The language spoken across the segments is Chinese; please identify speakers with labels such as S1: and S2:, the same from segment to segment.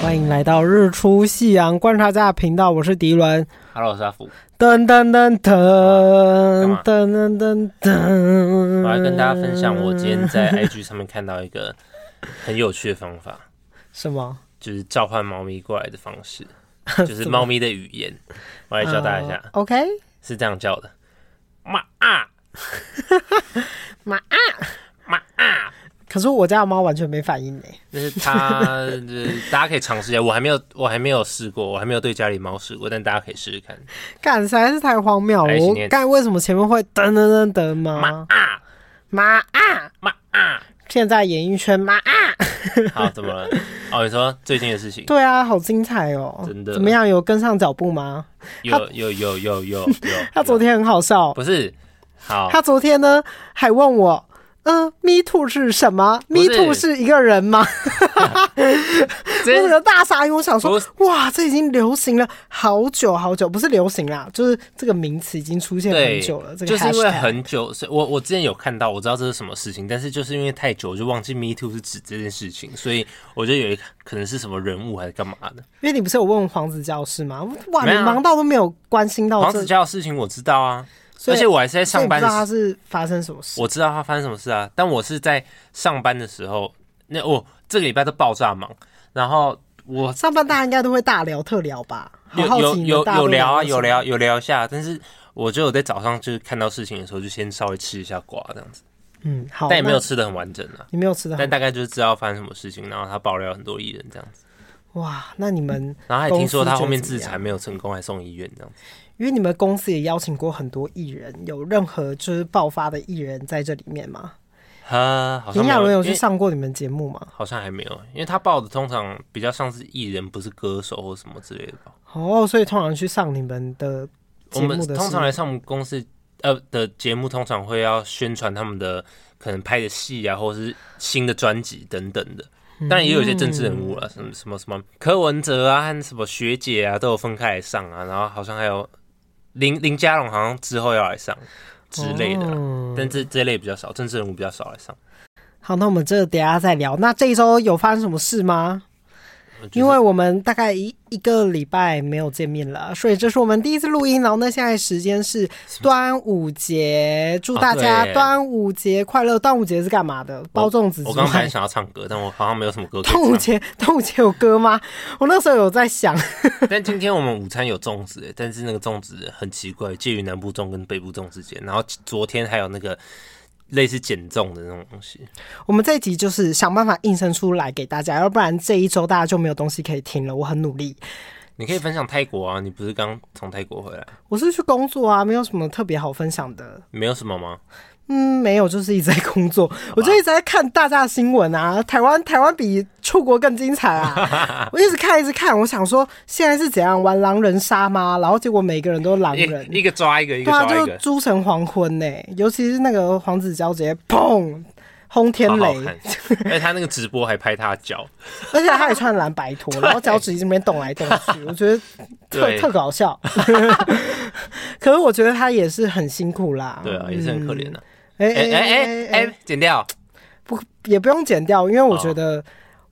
S1: 欢迎来到日出夕阳观察家频道，我是迪伦。
S2: Hello，我是阿福，
S1: 噔噔噔
S2: 干
S1: 噔
S2: 嘛
S1: 噔噔噔噔，
S2: 我来跟大家分享我今天在
S1: 嗯
S2: IG 上面看到一个很有趣的方法，
S1: 什么？
S2: 就是召唤猫咪过来的方 式，就是猫咪的语言。我来教大家一下，
S1: 呃 OK，
S2: 是这样叫的：妈啊，
S1: 妈
S2: 啊，妈啊。
S1: 可是我家的猫完全没反应呢。
S2: 那是它，就是大家可以尝试一下。我还没有，我还没有试过，我还没有对家里猫试过，但大家可以 试试看。
S1: 干，实在是太荒谬了！
S2: 来
S1: 我
S2: 请念
S1: 干为什么前面会噔噔噔噔
S2: 哎妈
S1: 吗？
S2: 啊，
S1: 妈啊！
S2: 妈啊，
S1: 现在演艺圈妈啊！
S2: 好，怎么了？哦，你说最近的事情，
S1: 对啊，好精彩哦！
S2: 真的
S1: 怎么样？有跟上脚步吗？
S2: 有有有有有有，
S1: 他昨
S2: 天
S1: 天很好笑，
S2: 不是好，
S1: 他昨天呢还问我。嗯、m e Too 是什么
S2: 不
S1: ？Me
S2: 是
S1: Too 是一个人吗？ 我整
S2: 真
S1: 个大傻眼，我想说
S2: 不是，
S1: 哇，这已经流行了好久好久，不是流行啦，就是这个名词已经出现
S2: 对，
S1: 很久了。这个
S2: 就是因为
S1: hashtag
S2: 很久，所以我我之前有看到，我知道这是什么事情，但是就是因为太久，我就忘记 Me Too 是指这件事情，所以我觉得有一个可能是什么人物还是干嘛的。
S1: 因为你不是有问黄子佼是吗？哇，
S2: 没
S1: 你
S2: 有啊
S1: 忙到都没有关心到
S2: 黄
S1: 哦这
S2: 子，佼的事情我知道啊，
S1: 所
S2: 而
S1: 以
S2: 且我还是在上班
S1: 所以你不
S2: 的
S1: 知道他
S2: 时，
S1: 是发生什么事。
S2: 我知道他发生什么事啊，但我是在上班的时候，那我、这个礼拜都爆炸忙，然后我
S1: 上半大家应该都会大聊特聊吧？好
S2: 有
S1: 好
S2: 有
S1: 奇你
S2: 有
S1: 们大家
S2: 有
S1: 都
S2: 聊
S1: 什
S2: 啊，
S1: 么
S2: 有。聊有聊一下，但是我就有在早上就是看到事情的时候，就先稍微吃一下瓜这样子，
S1: 嗯，好，
S2: 但也没有
S1: 那，
S2: 吃的很完整啊。
S1: 你没有吃的
S2: 但大概就是知道发生什么事情，然后他爆料很多艺人这样子，
S1: 哇？那你们，
S2: 然后还听说他后面
S1: 公司觉
S2: 自
S1: 得怎么
S2: 残
S1: 样
S2: 没有成功，还送医院这样子。
S1: 因为你们公司也邀请过很多艺人，有任何就是爆发的艺人在这里面吗？
S2: 哈，好像
S1: 炎
S2: 没
S1: 亚纶有
S2: 因
S1: 去
S2: 为
S1: 上过你们节目吗？
S2: 好像还没有，因为他报的通常比较像是艺人，不是歌手或什么之类的吧。
S1: 哦，所以通常去上你们的节
S2: 我们
S1: 目的
S2: 通
S1: 是
S2: 常来上我们公司呃的节目，通常会要宣传他们的可能拍的戏啊，或者是新的专辑等等的。
S1: 嗯
S2: 当然也有一些政治人物啊，什么什么什么柯文哲啊，和什么学姐啊，都有分开来上啊。然后好像还有林林佳龙，好像之后要来上之类的啊、
S1: 哦
S2: 但这这类比较少，政治人物比较少来上。
S1: 好，那我们这等一下再聊。那这一周有发生什么事吗？
S2: 就是
S1: 因为我们大概一一个礼拜没有见面了，所以这是我们第一次录音。然后呢，现在时间是端午节，祝
S2: 啊
S1: 大家
S2: 对
S1: 端午节快乐！端午节是干嘛的？包粽子之
S2: 我
S1: 外。
S2: 刚刚本来想要唱歌，但我好像没有什么歌可
S1: 端午
S2: 以
S1: 节，端午节有歌吗？我那时候有在想，
S2: 唱。但今天我们午餐有粽子耶，但是那个粽子很奇怪，介于南部粽跟北部粽之间。然后昨天还有那个类似减重的那种东西，
S1: 我们这一集就是想办法硬生出来给大家，要不然这一周大家就没有东西可以听了。我很努力，
S2: 你可以分享泰国啊，你不是刚从泰国回来，
S1: 我是去工作啊，没有什么特别好分享的。
S2: 没有什么吗？
S1: 嗯，没有，就是一直在工作，我就一直在看大家的新闻啊。台湾台湾比出国更精彩 啊！我一直看一直看，我想说现在是怎样玩狼人杀吗？然后结果每啊个人都狼
S2: 一
S1: 人，
S2: 一个抓一个，一个
S1: 对啊，
S2: 抓一
S1: 就是
S2: 个，
S1: 诸神黄昏呢、尤其是那个黄子佼直接砰轰天
S2: 好
S1: 雷，
S2: 好看。 而且他那个直播还拍他的 脚，
S1: 而且他也穿蓝白拖，然后脚趾这边动来动去，我觉得特
S2: 对
S1: 特搞笑。 可是我觉得他也是很辛苦啦。
S2: 对啊，也是很可怜的。
S1: 嗯哎
S2: 哎
S1: 哎
S2: 哎
S1: 哎
S2: 哎
S1: 哎，
S2: 哎，剪掉，
S1: 不也不用剪掉，因为我
S2: 啊
S1: 觉得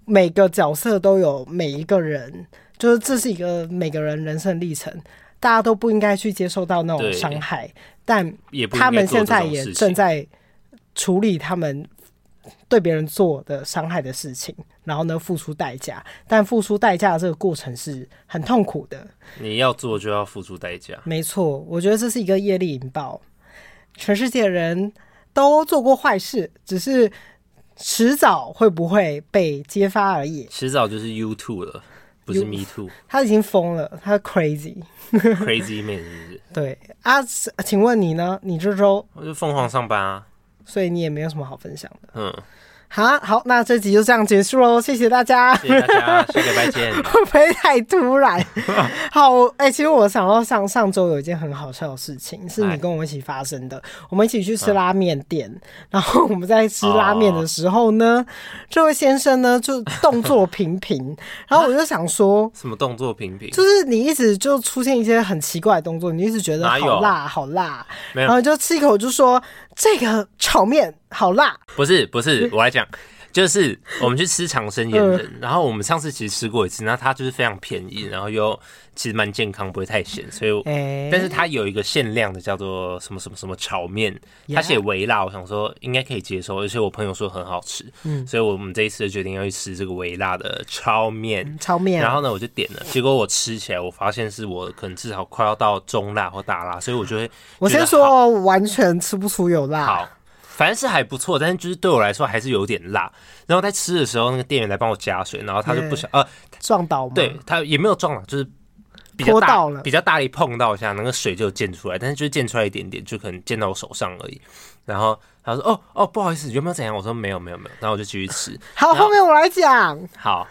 S1: 每个角色都有每一个人，就是这是一个每个人人生历程，大家都不应该去接受到那种
S2: 对
S1: 伤害，但
S2: 也不应该
S1: 他们
S2: 做
S1: 现
S2: 这
S1: 在
S2: 种
S1: 也
S2: 事
S1: 正
S2: 情
S1: 在处理他们对别人做的伤害的事情，然后呢付出代价，但付出代价的这个过程是很痛苦的。
S2: 你要做就要付出代价。
S1: 没错，我觉得这是一个业力引爆，全世界人都做过坏事，只是迟早会不会被揭发而已。
S2: 迟早就是 U two 了，不是 Me Too，Crazy
S1: 他已经疯了，他 crazy。
S2: Man 是不是？
S1: 对啊，是请问你呢？你这周，
S2: 我就凤凰上班啊，
S1: 所以你也没有什么好分享的。
S2: 嗯，
S1: 好，好，那这集就这样结束喽，谢谢大家。
S2: 谢谢大家，下个礼拜 见。
S1: 会不会太突 然？好，哎、其实我想到上上周有一件很好笑的事情，是你
S2: 哎嗯
S1: 跟我一起发生的。我们一起去吃拉面店， 然后我们在吃拉面
S2: 哦
S1: 的时候呢，这位先生呢就动作频 频，然后我就想说。
S2: 什么动作频频？
S1: 就是你一直就出现一些很奇怪的动作，你一直觉得
S2: 哪有
S1: 好辣好辣，
S2: 没
S1: 然后
S2: 有，
S1: 你就吃一口就说这个炒面好辣，
S2: 不是不是，我来讲，就是我们去吃长生岩人，
S1: 嗯
S2: 然后我们上次其实吃过一次，那它就是非常便宜，然后又其实蛮健康，不会太咸，所以我。
S1: 哎、
S2: 但是它有一个限量的，叫做什么什么什么炒面，
S1: Yeah
S2: 它写微辣，我想说应该可以接受，而且我朋友说很好吃，
S1: 嗯
S2: 所以我们这一次就决定要去吃这个微辣的炒面。
S1: 炒面，
S2: 然后呢，我就点了，结果我吃起来，我发现是我可能至少快要到中辣或大辣，所以我就会
S1: 我
S2: 觉得
S1: 先说哦完全吃不出有辣，
S2: 好，反正是还不错，但是就是对我来说还是有点辣。然后在吃的时候，那个店员来帮我加水，然后他就不想呃，
S1: 撞倒吗？
S2: 对他也没有撞了，就是比较
S1: 嗯泼
S2: 大
S1: 到了
S2: 比较大力碰到一下，那个水就溅出来，但是就溅出来一点点，就可能溅到我手上而已。然后他说：“哦哦，不好意思，有没有怎样？”我说：“没有，没有，没有。”然后我就继续 吃。
S1: 好，
S2: 然后
S1: 后面我来讲。
S2: 好，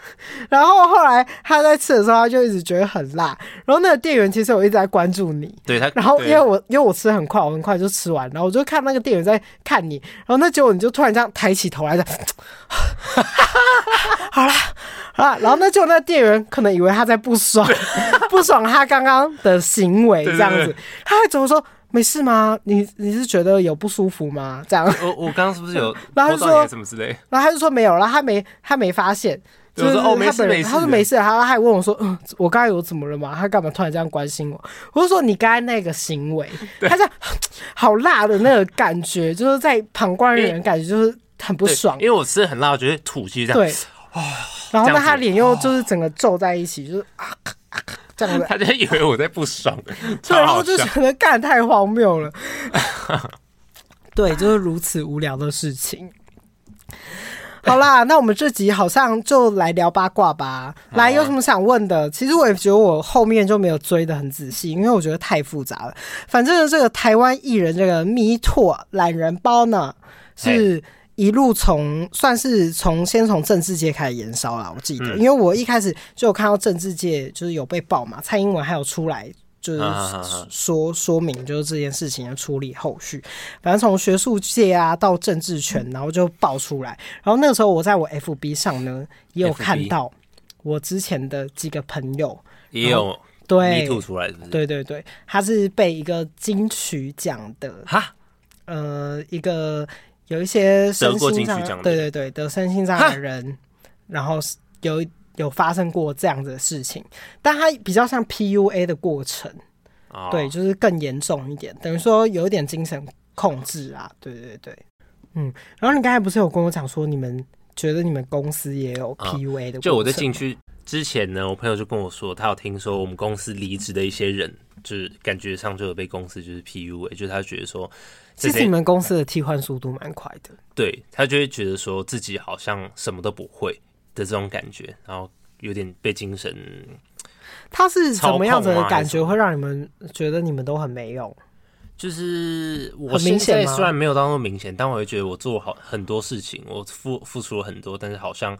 S1: 然后后来他在吃的时候，他就一直觉得很辣。然后那个店员其实我一直在关注你，
S2: 对他，
S1: 然后
S2: 对
S1: 因为我因为我吃很快，我很快就吃完，然后我就看那个店员在看你，然后那结果你就突然这样抬起头来的， 好啦好啦，然后那结果那个店员可能以为他在不 爽，不爽他刚刚的行为这样
S2: 对
S1: 子
S2: 对，
S1: 他还怎么说？没事吗？你你是觉得有不舒服吗？这样，
S2: 我我刚刚是不是有
S1: 然后
S2: 泼
S1: 就
S2: 到你
S1: 说
S2: 还是什么之类？
S1: 然后他就说没有，然后他没他没发现，
S2: 对
S1: 就是
S2: 我说哦没
S1: 他
S2: 事
S1: 本人
S2: 没事
S1: 他说没事，然后他还问我说，嗯，我刚才有怎么了吗？他干嘛突然这样关心我？我就说你刚才那个行为，他这样好辣的那个感觉，就是在旁观的人感觉就是很不
S2: 对
S1: 爽
S2: 因，为我吃的很辣，我觉得吐气这样。
S1: 对，
S2: 哦
S1: 然后呢，
S2: 这样子哦
S1: 他脸又就是整个皱在一起，就是啊咔啊咔这样子，
S2: 他就以为我在不爽，
S1: 对，
S2: 超
S1: 然
S2: 好
S1: 后就
S2: 笑。
S1: 觉得干太荒谬了。 对，就是如此无聊的事情。好啦，那我们这集好像就来聊八卦吧。来，有什么想问的？其实我也觉得我后面就没有追的很仔细，因为我觉得太复杂了。反正这个台湾艺人这个米拓懒人包呢，是一路从算是从先从政治界开始延烧啦。我记得，
S2: 嗯
S1: 因为我一开始就有看到政治界就是有被爆嘛，蔡英文还有出来就是
S2: 啊啊啊啊
S1: 说说明就是这件事情的处理后续，反正从学术界啊到政治圈，然后就爆出来。然后那个时候我在我 FB 上呢也有
S2: FB
S1: 看到我之前的几个朋友，
S2: 也有
S1: 对
S2: 你吐出来，是不是？
S1: 对对对，他是被一个金曲奖的
S2: 哈，
S1: 呃一个有一些身
S2: 得过
S1: 心
S2: 金曲
S1: 障碍
S2: 奖的
S1: 对对对，得身心障碍的人，然后是有有发生过这样子的事情，但他比较像 PUA 的过程，
S2: 哦
S1: 对，就是更严重一点，等于说有一点精神控制啊，对对对，嗯，然后你刚才不是有跟我讲说你们觉得你们公司也有
S2: 啊
S1: PUA 的、过
S2: 就我在
S1: 程
S2: 进去之前呢，我朋友就跟我说，他有听说我们公司离职的一些人，就是感觉上就有被公司就是 PUA，就是他觉得说这
S1: 其实你
S2: 些，
S1: 们公司的替换速度蛮快的，
S2: 对他就会觉得说自己好像什么都不会的这种感觉，然后有点被精神
S1: 它是怎么样子
S2: 操控
S1: 的
S2: 吗
S1: 感
S2: 还是
S1: 觉
S2: 什么
S1: 会让你们觉得你们都很没用？
S2: 就是我
S1: 很明
S2: 现
S1: 显
S2: 在
S1: 吗
S2: 虽然没有当做明显，但我会觉得我做好很多事情，我付付出了很多，但是好像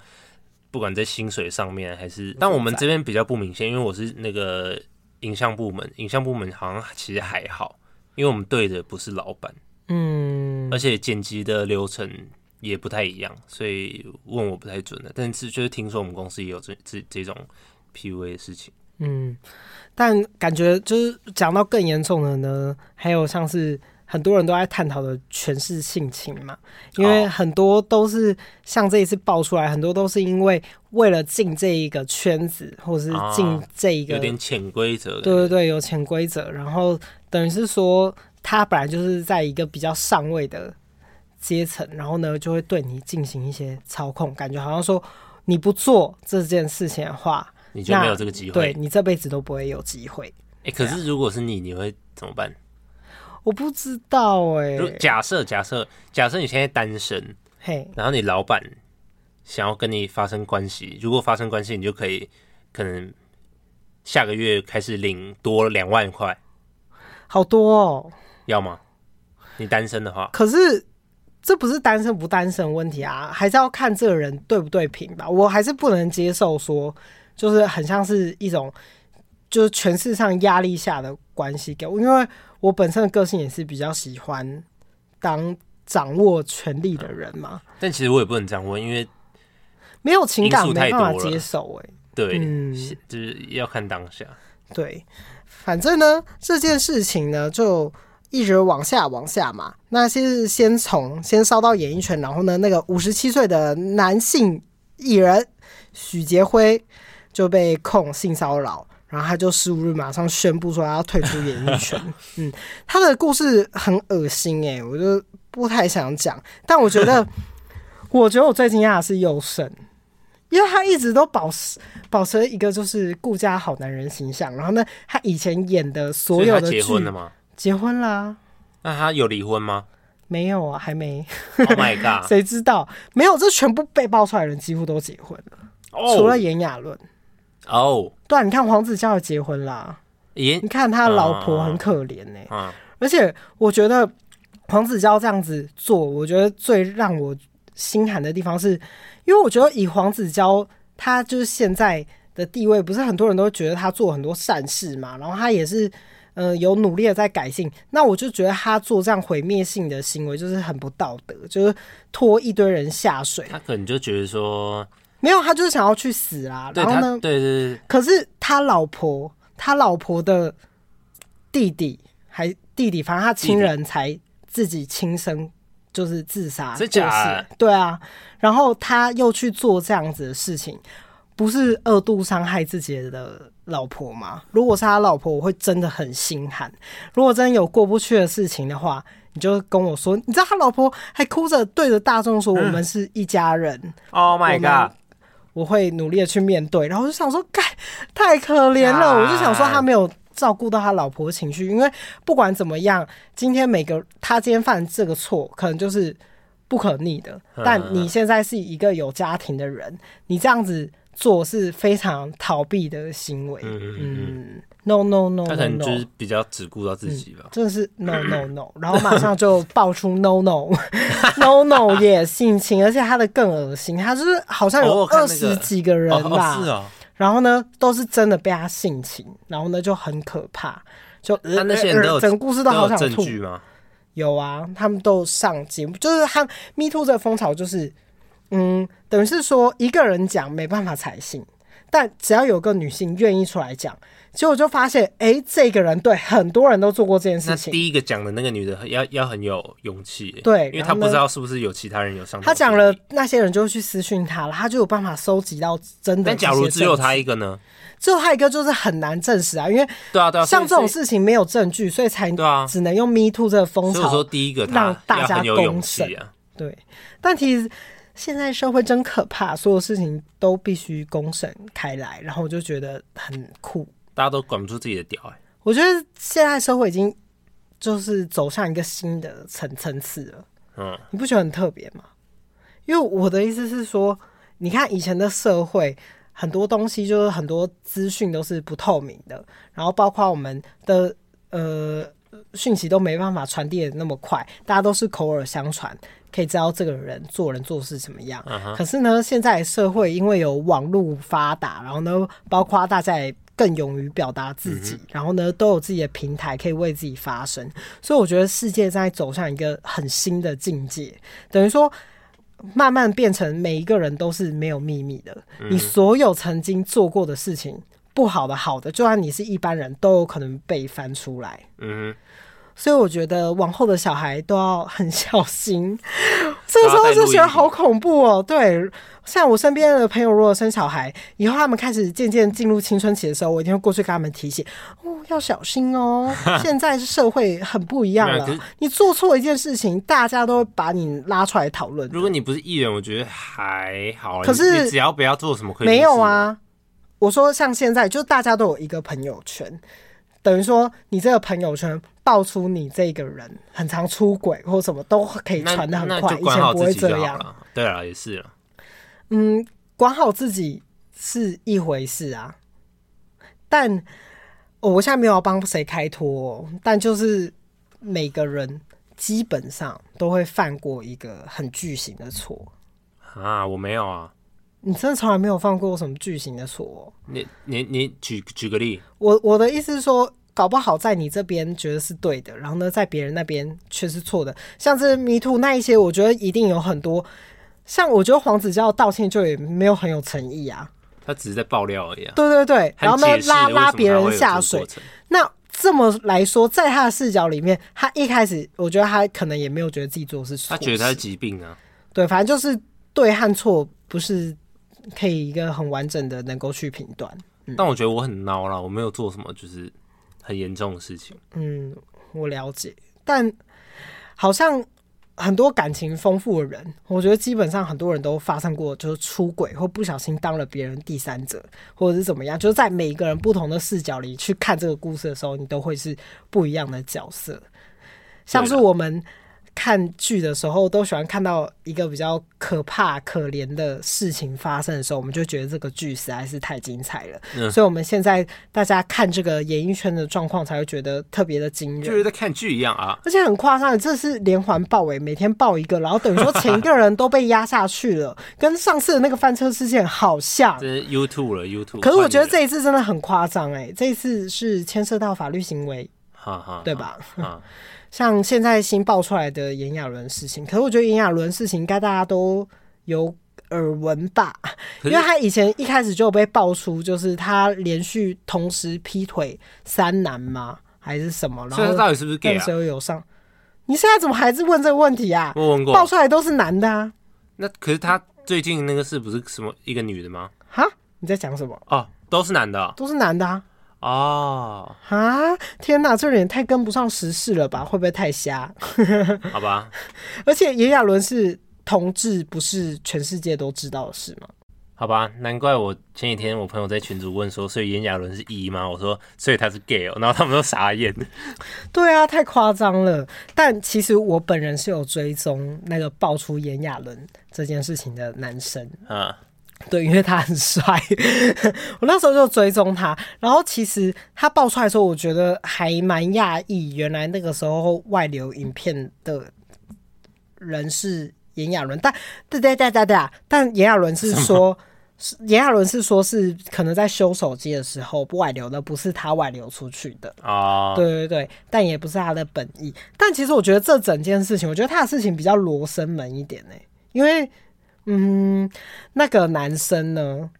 S2: 不管在薪水上面还是，但我们这边比较不明显，因为我是那个影像部门，影像部门好像其实还好，因为我们对的不是老板，
S1: 嗯，
S2: 而且剪辑的流程也不太一样，所以问我不太准的，但是就是听说我们公司也有这这这种 PUA 的事情，
S1: 嗯，但感觉就是讲到更严重的呢，还有像是很多人都在探讨的权势性侵嘛，因为
S2: 哦
S1: 很多都是像这一次爆出来，很多都是因为为了进这一个圈子，或是
S2: 啊
S1: 进这一个、
S2: 有点潜规则的
S1: 对
S2: 感
S1: 对
S2: 觉，
S1: 对，有潜规则，然后等于是说他本来就是在一个比较上位的阶层，然后呢就会对你进行一些操控，感觉好像说你不做这件事情的话，
S2: 你就没有这个机
S1: 对
S2: 会。
S1: 你这辈子都不会有机会。
S2: 哎、可是如果是你，你会怎么办？
S1: 我不知道哎、
S2: 如假设假设假设你现在单身，
S1: 嘿，
S2: 然后你老板想要跟你发生关系，如果发生关系，你就可以可能下个月开始领多两万块，
S1: 好多哦。
S2: 要吗？你单身的话，
S1: 可是这不是单身不单身的问题啊，还是要看这个人对不对频吧。我还是不能接受说，就是很像是一种就是权势上压力下的关系给我，因为我本身的个性也是比较喜欢当掌握权力的人嘛，
S2: 但其实我也不能这样问，因为
S1: 没有情感
S2: 因素
S1: 没
S2: 太
S1: 办法
S2: 多了
S1: 接受、欸。
S2: 对，
S1: 嗯
S2: 是就是要看当下。
S1: 对，反正呢这件事情呢就一直往下往下嘛。那先是先从先烧到演艺圈，然后呢那个五十七岁的男性艺人许杰辉就被控性骚扰。然后他就十五日马上宣布说他要退出演艺 圈。嗯，他的故事很恶心诶、我就不太想讲。但我觉得， 我觉得我最惊讶的是佑胜，因为他一直都保持保持一个就是顾家好男人形象。然后呢，他以前演的所有
S2: 以
S1: 的
S2: 他
S1: 剧
S2: 结婚了吗？
S1: 结婚啦，
S2: 那他有离婚吗
S1: 没有啊，还没，
S2: ？Oh my god！
S1: 谁知道？没有，这全部被爆出来的人几乎都结婚了，
S2: 哦
S1: 除了炎亚纶。
S2: 哦，
S1: 对啊，你看黄子佼也结婚啦，
S2: 也
S1: 你看他老婆很可怜呢、
S2: 啊，
S1: 而且我觉得黄子佼这样子做，我觉得最让我心寒的地方是，因为我觉得以黄子佼他就是现在的地位，不是很多人都觉得他做很多善事嘛，然后他也是。呃，有努力的在改进，那我就觉得他做这样毁灭性的行为就是很不道德，就是拖一堆人下水。
S2: 他可能就觉得说，
S1: 没有，他就是想要去死啦。
S2: 对
S1: 然后
S2: 他
S1: 呢，，
S2: 对对对，
S1: 可是他老婆，他老婆的弟弟还弟弟，反正他亲人才自己亲身就是自杀过
S2: 真
S1: 世
S2: 假啊，
S1: 对啊。然后他又去做这样子的事情，不是二度伤害自己的老婆吗？如果是他老婆，我会真的很心寒。如果真有过不去的事情的话，你就跟我说。你知道他老婆还哭着对着大众说：“
S2: 嗯
S1: 我们是一家人。
S2: Oh
S1: 我们
S2: my god！
S1: 我会努力的去面对。然后我就想说，该太可怜了，
S2: 干
S1: 我就想说他没有照顾到他老婆的情绪，因为不管怎么样，今天每个他今天犯这个错，可能就是不可逆的。
S2: 嗯
S1: 但你现在是一个有家庭的人，你这样子做是非常逃避的行为。
S2: 嗯嗯
S1: 嗯，no 嗯 no no
S2: 他
S1: no
S2: 可能
S1: no，
S2: 就是比较只顾到自己吧。
S1: 真的是 no no no，然后马上就爆出 no no no no 也性侵，而且他的更恶心，他就是好像
S2: 哦
S1: 有
S2: 我看
S1: 二
S2: 那个
S1: 十几个人
S2: 哦哦是
S1: 吧，
S2: 哦，
S1: 然后呢都是真的被他性侵，然后呢就很可怕，就呃
S2: 那呃那些人都有
S1: 整个故事都好
S2: 有
S1: 想
S2: 证
S1: 吐。
S2: 据吗？
S1: 有啊，他们都上节目，就是他 Me Too 这个风潮，就是嗯，等于是说一个人讲没办法采信，但只要有个女性愿意出来讲，结果就发现，诶，这个人对很多人都做过这件事
S2: 那
S1: 情。
S2: 第一个讲的那个女的要要很有勇气耶，
S1: 对
S2: 因为
S1: 然
S2: 她
S1: 后
S2: 不
S1: 呢
S2: 知道是不是有其他人有上。
S1: 他讲了，，那些人就去私讯他了，他就有办法收集到真的
S2: 但
S1: 这些证据。
S2: 假如只有她一个呢？
S1: 只有他一个，就是很难证实啊，因为
S2: 对啊对啊，所以
S1: 像这种
S2: 所
S1: 事情没有证据，所以才
S2: 对啊
S1: 只能用 Me Too 这个风
S2: 以所以我说
S1: 潮。
S2: 第一个
S1: 让
S2: 她
S1: 大
S2: 要
S1: 家
S2: 很有
S1: 公
S2: 勇气
S1: 审
S2: 啊。
S1: 对，但其实现在社会真可怕，所有事情都必须公审开来，然后我就觉得很酷。
S2: 大家都管不住自己的屌哎、
S1: 我觉得现在社会已经就是走向一个新的层层次了。
S2: 嗯，
S1: 你不觉得很特别吗？因为我的意思是说，你看以前的社会，很多东西就是很多资讯都是不透明的，然后包括我们的呃讯息都没办法传递的那么快，大家都是口耳相传，可以知道这个人做人做事怎么样。可是呢，现在社会因为有网络发达，然后呢，包括大家也更勇于表达自己，然后呢，都有自己的平台可以为自己发声，所以我觉得世界在走向一个很新的境界，等于说。慢慢变成每一个人都是没有秘密的，
S2: 嗯
S1: 你所有曾经做过的事情，不好的、好的，就算你是一般人都有可能被翻出来。
S2: 嗯
S1: 所以我觉得往后的小孩都要很小 心。这个时候就觉得好恐怖哦。对，像我身边的朋友，如果生小孩以后，他们开始渐渐进入青春期的时候，我一定会过去跟他们提醒：哦，要小心 哦。现在社会很不一样
S2: 没有可
S1: 了
S2: 是，
S1: 你做错一件事情，大家都会把你拉出来讨论
S2: 哼，。如果你不是艺人，我觉得还好啊。
S1: 可
S2: 你
S1: 是
S2: 你只要不要做什么亏心事，
S1: 没有啊，我说像现在，就大家都有一个朋友圈，等于说你这个朋友圈爆出你这个人很常出轨或什么都可以
S2: 那，
S1: 传的很
S2: 那
S1: 快，
S2: 就
S1: 以
S2: 管
S1: 前
S2: 好
S1: 不
S2: 自
S1: 会
S2: 己就
S1: 这
S2: 好
S1: 样。
S2: 了。对啊，也是了。
S1: 嗯，管好自己是一回事啊，但、哦我现在没有要帮谁开脱、哦，但就是每个人基本上都会犯过一个很巨型的错。
S2: 啊，我没有啊，
S1: 你真的从来没有犯过什么巨型的错哦、
S2: 你你你举举个例，
S1: 我我的意思是说，搞不好在你这边觉得是对的，然后呢，在别人那边却是错的。像是迷途那一些，我觉得一定有很多。像我觉得黄子佼道歉就也没有很有诚意 啊，
S2: 他只是在爆料而已啊。
S1: 对对对，然后
S2: 和
S1: 呢
S2: 解释
S1: 拉
S2: 为什么
S1: 拉
S2: 他
S1: 别
S2: 会
S1: 人
S2: 有
S1: 下
S2: 这个
S1: 水
S2: 过，程
S1: 那这么来说，在他的视角里面，他一开始我觉得他可能也没有觉得自己做的是错
S2: 他
S1: 事，
S2: 觉得他是疾病啊，
S1: 对，反正就是对和错不是可以一个很完整的能够去评断。
S2: 但我觉得我很孬啦，我没有做什么就是很严重的事情。
S1: 嗯，我了解，但好像很多感情丰富的人，我觉得基本上很多人都发生过，就是出轨或不小心当了别人第三者，或者是怎么样，就是在每一个人不同的视角里去看这个故事的时候，你都会是不一样的角色。像是
S2: 对啦
S1: 我们看剧的时候，都喜欢看到一个比较可怕、可怜的事情发生的时候，我们就觉得这个剧实在是太精彩了。
S2: 嗯
S1: 所以，我们现在大家看这个演艺圈的状况，才会觉得特别的惊
S2: 就是
S1: 人。
S2: 在看剧一样啊。
S1: 而且很夸张的，这是连环爆诶、每天爆一个，然后等于说前一个人都被压下去了，跟上次的那个翻车事件好像
S2: 这。是 YouTube 了 YouTube。
S1: 可是我觉得
S2: 换
S1: 这一次真的很夸张诶，这一次是牵涉到法律行为，
S2: 人，哈哈，
S1: 对吧？
S2: 哈？
S1: 像现在新爆出来的炎亚纶的事情，可是我觉得炎亚纶的事情应该大家都有耳闻吧，因
S2: 可是
S1: 为他以前一开始就有被爆出，就是他连续同时劈腿三男嘛，还是什么，
S2: 啊
S1: 然
S2: 所以他
S1: 后
S2: 到底是不是 gay
S1: 那
S2: 啊
S1: 时？候有上。你现在怎么还是问这个问题啊？
S2: 我问
S1: 爆
S2: 过。
S1: 出来都是男的啊！
S2: 那可是他最近那个是不是什么一个女的吗？
S1: 哈，你在讲什么？
S2: 哦，都是男的哦
S1: 都是男的啊！
S2: 哦，
S1: 啊，天哪，这人也太跟不上时事了吧？会不会太瞎？
S2: 好吧，
S1: 而且炎亚纶是同志，不是全世界都知道的事吗？
S2: 好吧，难怪我前几天我朋友在群组问说，所以炎亚纶是 E 吗？我说，所以他是 gay 哦，然后他们都傻眼。
S1: 对啊，太夸张了。但其实我本人是有追踪那个爆出炎亚纶这件事情的男生，
S2: 嗯，
S1: 对，因为他很帅， 我那时候就追踪他。然后其实他爆出来的时候，我觉得还蛮讶异，原来那个时候外流影片的人是炎亚纶，但对对对对对啊，但炎亚纶是说。是炎亚纶是说，是可能在修手机的时候外流的，不是他外流出去的。
S2: 哦，
S1: 对对对，但也不是他的本意。但其实我觉得这整件事情，我觉得他的事情比较罗生门一点呢、欸因为嗯，那个男生呢，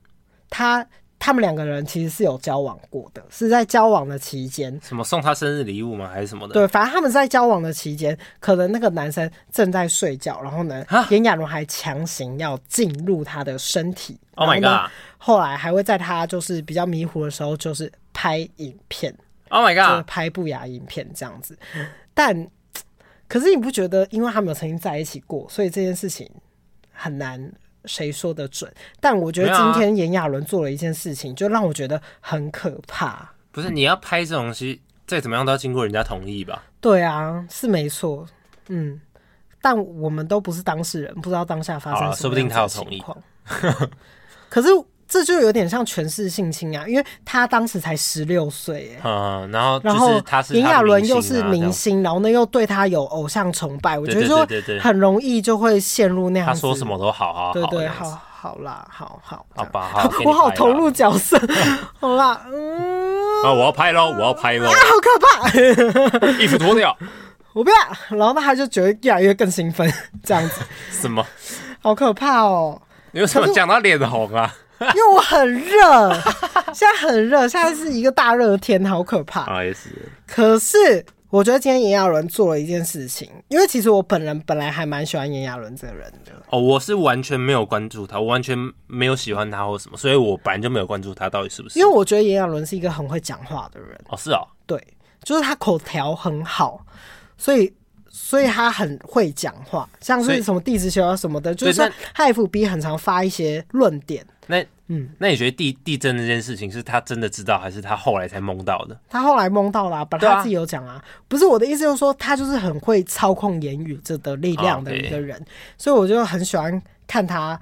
S1: 他他们两个人其实是有交往过的，是在交往的期间。
S2: 什么送他生日礼物吗？还是什么的？
S1: 对，反正他们在交往的期间，可能那个男生正在睡觉，然后呢
S2: 啊，
S1: 炎亚纶还强行要进入他的身体。
S2: ，Oh my
S1: 然后呢
S2: god，Oh
S1: 后来还会在他就是比较迷糊的时候，就是拍影片。
S2: Oh my
S1: 就是
S2: god，
S1: 拍不雅影片这样子。但可是你不觉得，因为他们有曾经在一起过，所以这件事情很难谁说得准？但我觉得
S2: 没有啊
S1: 今天炎亚纶做了一件事情，就让我觉得很可怕。
S2: 不是你要拍这种东西，再怎么样都要经过人家同意吧？
S1: 对啊，是没错，嗯。但我们都不是当事人，不知道当下发
S2: 好
S1: 生
S2: 啦
S1: 什
S2: 说
S1: 么
S2: 不
S1: 样
S2: 定
S1: 子
S2: 他
S1: 的
S2: 有同
S1: 情
S2: 意
S1: 况。 可是这就有点像权势性侵啊，因为他当时才十六岁，哎，
S2: 嗯，然后
S1: 然
S2: 就
S1: 后
S2: 是他是
S1: 炎
S2: 他的
S1: 亚纶
S2: 明
S1: 又
S2: 星
S1: 是
S2: 啊这
S1: 明
S2: 样
S1: 星，然后呢又对他有偶像崇拜，我
S2: 对
S1: 觉得
S2: 对
S1: 就
S2: 对对对
S1: 很容易就会陷入那样
S2: 他
S1: 子。
S2: 说什么都好好好，
S1: 啊对
S2: 这
S1: 对，
S2: 样子
S1: 好好啦，好好
S2: 好
S1: 好
S2: 吧，好，给你
S1: 我好
S2: 拍啦
S1: 投入角 色，好啦，嗯，
S2: 啊！我要拍喽，我要拍 喽，
S1: 好可怕，
S2: 衣服脱掉，
S1: 我不要。然后他就觉得越来越更兴奋，这样子，
S2: 什么？
S1: 好可怕哦。
S2: 你为什么讲到脸红啊？
S1: 因为我很热，现在很热，现在是一个大热天，好可怕。
S2: 啊，也是，
S1: 可是我觉得今天炎亚纶做了一件事情，因为其实我本人本来还蛮喜欢炎亚纶这个人的。
S2: 哦，我是完全没有关注他，我完全没有喜欢他或什么，所以我本来就没有关注他到底是不是。
S1: 因为我觉得炎亚纶是一个很会讲话的人，
S2: 哦，是哦，
S1: 对，就是他口条很好，所以所以他很会讲话，像
S2: 所
S1: 是
S2: 以
S1: 什么地质学啊什么的，就是
S2: 对
S1: 说他 FB 很常发一些论点，
S2: 那嗯，那你觉得地地震那件事情是他真的知道，还是他后来才蒙到的？
S1: 他后来蒙到啦、本来
S2: 对啊
S1: 他自己有讲啊，不是我的意思，就是说他就是很会操控言语这的力量
S2: 哦
S1: 的
S2: 对
S1: 一个人，所以我就很喜欢看他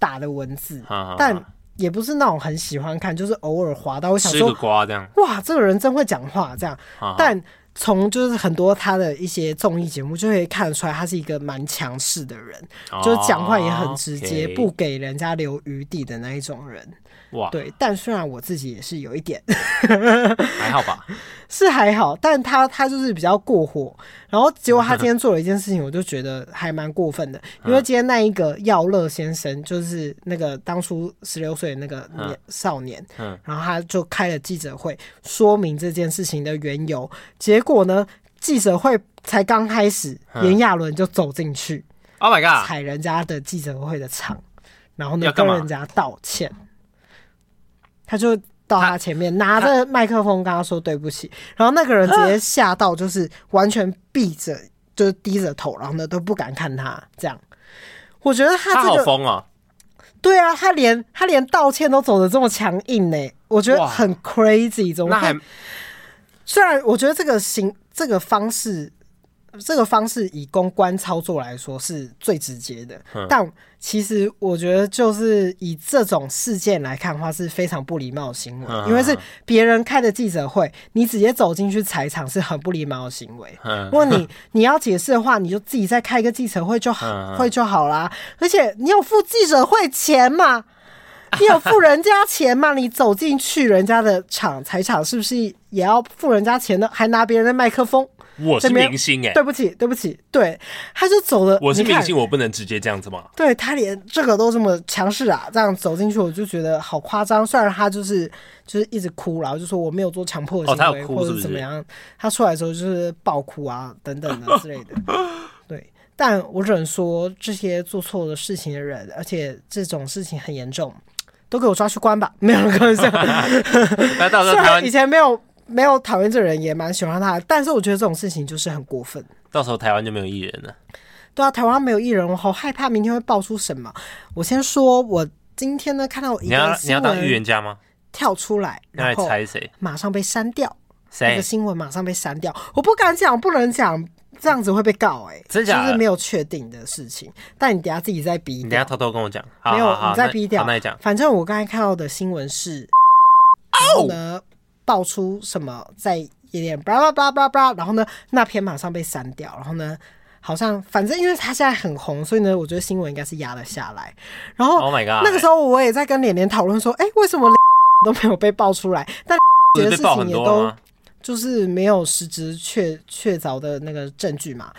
S1: 打的文字，
S2: 哈哈
S1: 但也不是那种很喜欢看，就是偶尔滑到，我想
S2: 吃个
S1: 说
S2: 瓜这样，
S1: 哇，这个人真会讲话这样
S2: 啊哈哈，
S1: 但从就是很多他的一些综艺节目就可以看得出来，他是一个蛮强势的人，就是讲话也很直接，
S2: 哦 OK
S1: 不给人家留余地的那一种人。
S2: 哇，
S1: 对，但虽然我自己也是有一点
S2: 还好吧？
S1: 是还好，但他他就是比较过火。然后结果他今天做了一件事情，我就觉得还蛮过分的，因为今天那一个耀乐先生，就是那个当初十六岁的那个年少年，
S2: 嗯
S1: 然后他就开了记者会，说明这件事情的缘由。结果呢，记者会才刚开始，炎亚纶就走进去
S2: ，Oh my god！
S1: 踩人家的记者会的场，然后呢
S2: 要干
S1: 跟
S2: 嘛
S1: 人家道歉，他就。到他前面拿
S2: 他
S1: 着麦克风跟他说对不起，然后那个人直 接吓到，就是完全闭着，就是低着头，然后呢都不敢看他这样。我觉得 他
S2: 他
S1: 这
S2: 好
S1: 个
S2: 疯哦，
S1: 对啊，他连他连道歉都走的这么强硬呢、我觉得
S2: 哇
S1: 很 crazy。怎么
S2: 那
S1: 会
S2: 还
S1: 虽然我觉得这个行这个方式，这个方式以公关操作来说是最直接的，
S2: 嗯
S1: 但其实我觉得就是以这种事件来看的话，是非常不礼貌的行为，
S2: 嗯
S1: 因为是别人开的记者会，你直接走进去踩场是很不礼貌的行为。
S2: 嗯
S1: 如果你你要解释的话，你就自己再开一个记者会就
S2: 嗯
S1: 好
S2: 嗯
S1: 会就好啦。而且你有付记者会钱嘛？你有付人家钱嘛？你走进去人家的场踩场，是不是也要付人家钱呢？还拿别人的麦克风？
S2: 我是
S1: 这边
S2: 明星哎、
S1: 对不起，对不起，对，他就走了。
S2: 我是
S1: 你看
S2: 明星，我不能直接这样子吗？
S1: 对他连这个都这么强势啊，这样走进去我就觉得好夸张。虽然他就是就是一直哭，然后就说我没有做强迫的
S2: 哦他
S1: 行
S2: 有
S1: 为、
S2: 哭
S1: 或
S2: 是
S1: 者
S2: 不是
S1: 怎么样，他出来的时候就是爆哭啊等等的之类的。对，但我只能说这些做错了事情的人，而且这种事情很严重，都给我抓去关吧。没有人跟我讲，
S2: 那到
S1: 虽
S2: 时候台
S1: 然
S2: 湾
S1: 以，前没有没有讨厌这人，也蛮喜欢他的，但是我觉得这种事情就是很过分。
S2: 到时候台湾就没有艺人了。
S1: 对啊，台湾没有艺人，我好害怕明天会爆出什么。我先说，我今天呢看到一
S2: 你要
S1: 个
S2: 你
S1: 新
S2: 要当预
S1: 闻
S2: 言家吗？
S1: 跳出来，
S2: 你要来
S1: 然后
S2: 猜谁？
S1: 马上被删掉，那
S2: 谁
S1: 个？新闻马上被删掉，我不敢讲，不能讲，这样子会被告哎、
S2: 真假的
S1: 就是没有确定的事情，但你等一下自己再逼
S2: 你等一
S1: 掉，
S2: 下偷偷跟我讲。好
S1: 没有
S2: 好好
S1: 你再
S2: 那
S1: 逼掉
S2: 好那你讲。
S1: 反正我刚才看到的新闻是，
S2: 哦
S1: 然后呢爆出什么在夜店巴拉巴拉巴拉巴拉，然后呢那篇马上被删掉，然后呢好像反正因为他现在很红，所以呢我觉得新闻应该是压了下来。然后
S2: Oh my god！
S1: 那个时
S2: 候
S1: 候我也在跟脸脸讨论说，哎、为 什么都没有被爆出来？但
S2: 不
S1: 别
S2: 是
S1: 的
S2: 被
S1: 事
S2: 爆很
S1: 情也
S2: 多啊了
S1: 都
S2: 吗？
S1: 就是没有实质确确凿的那个证据嘛，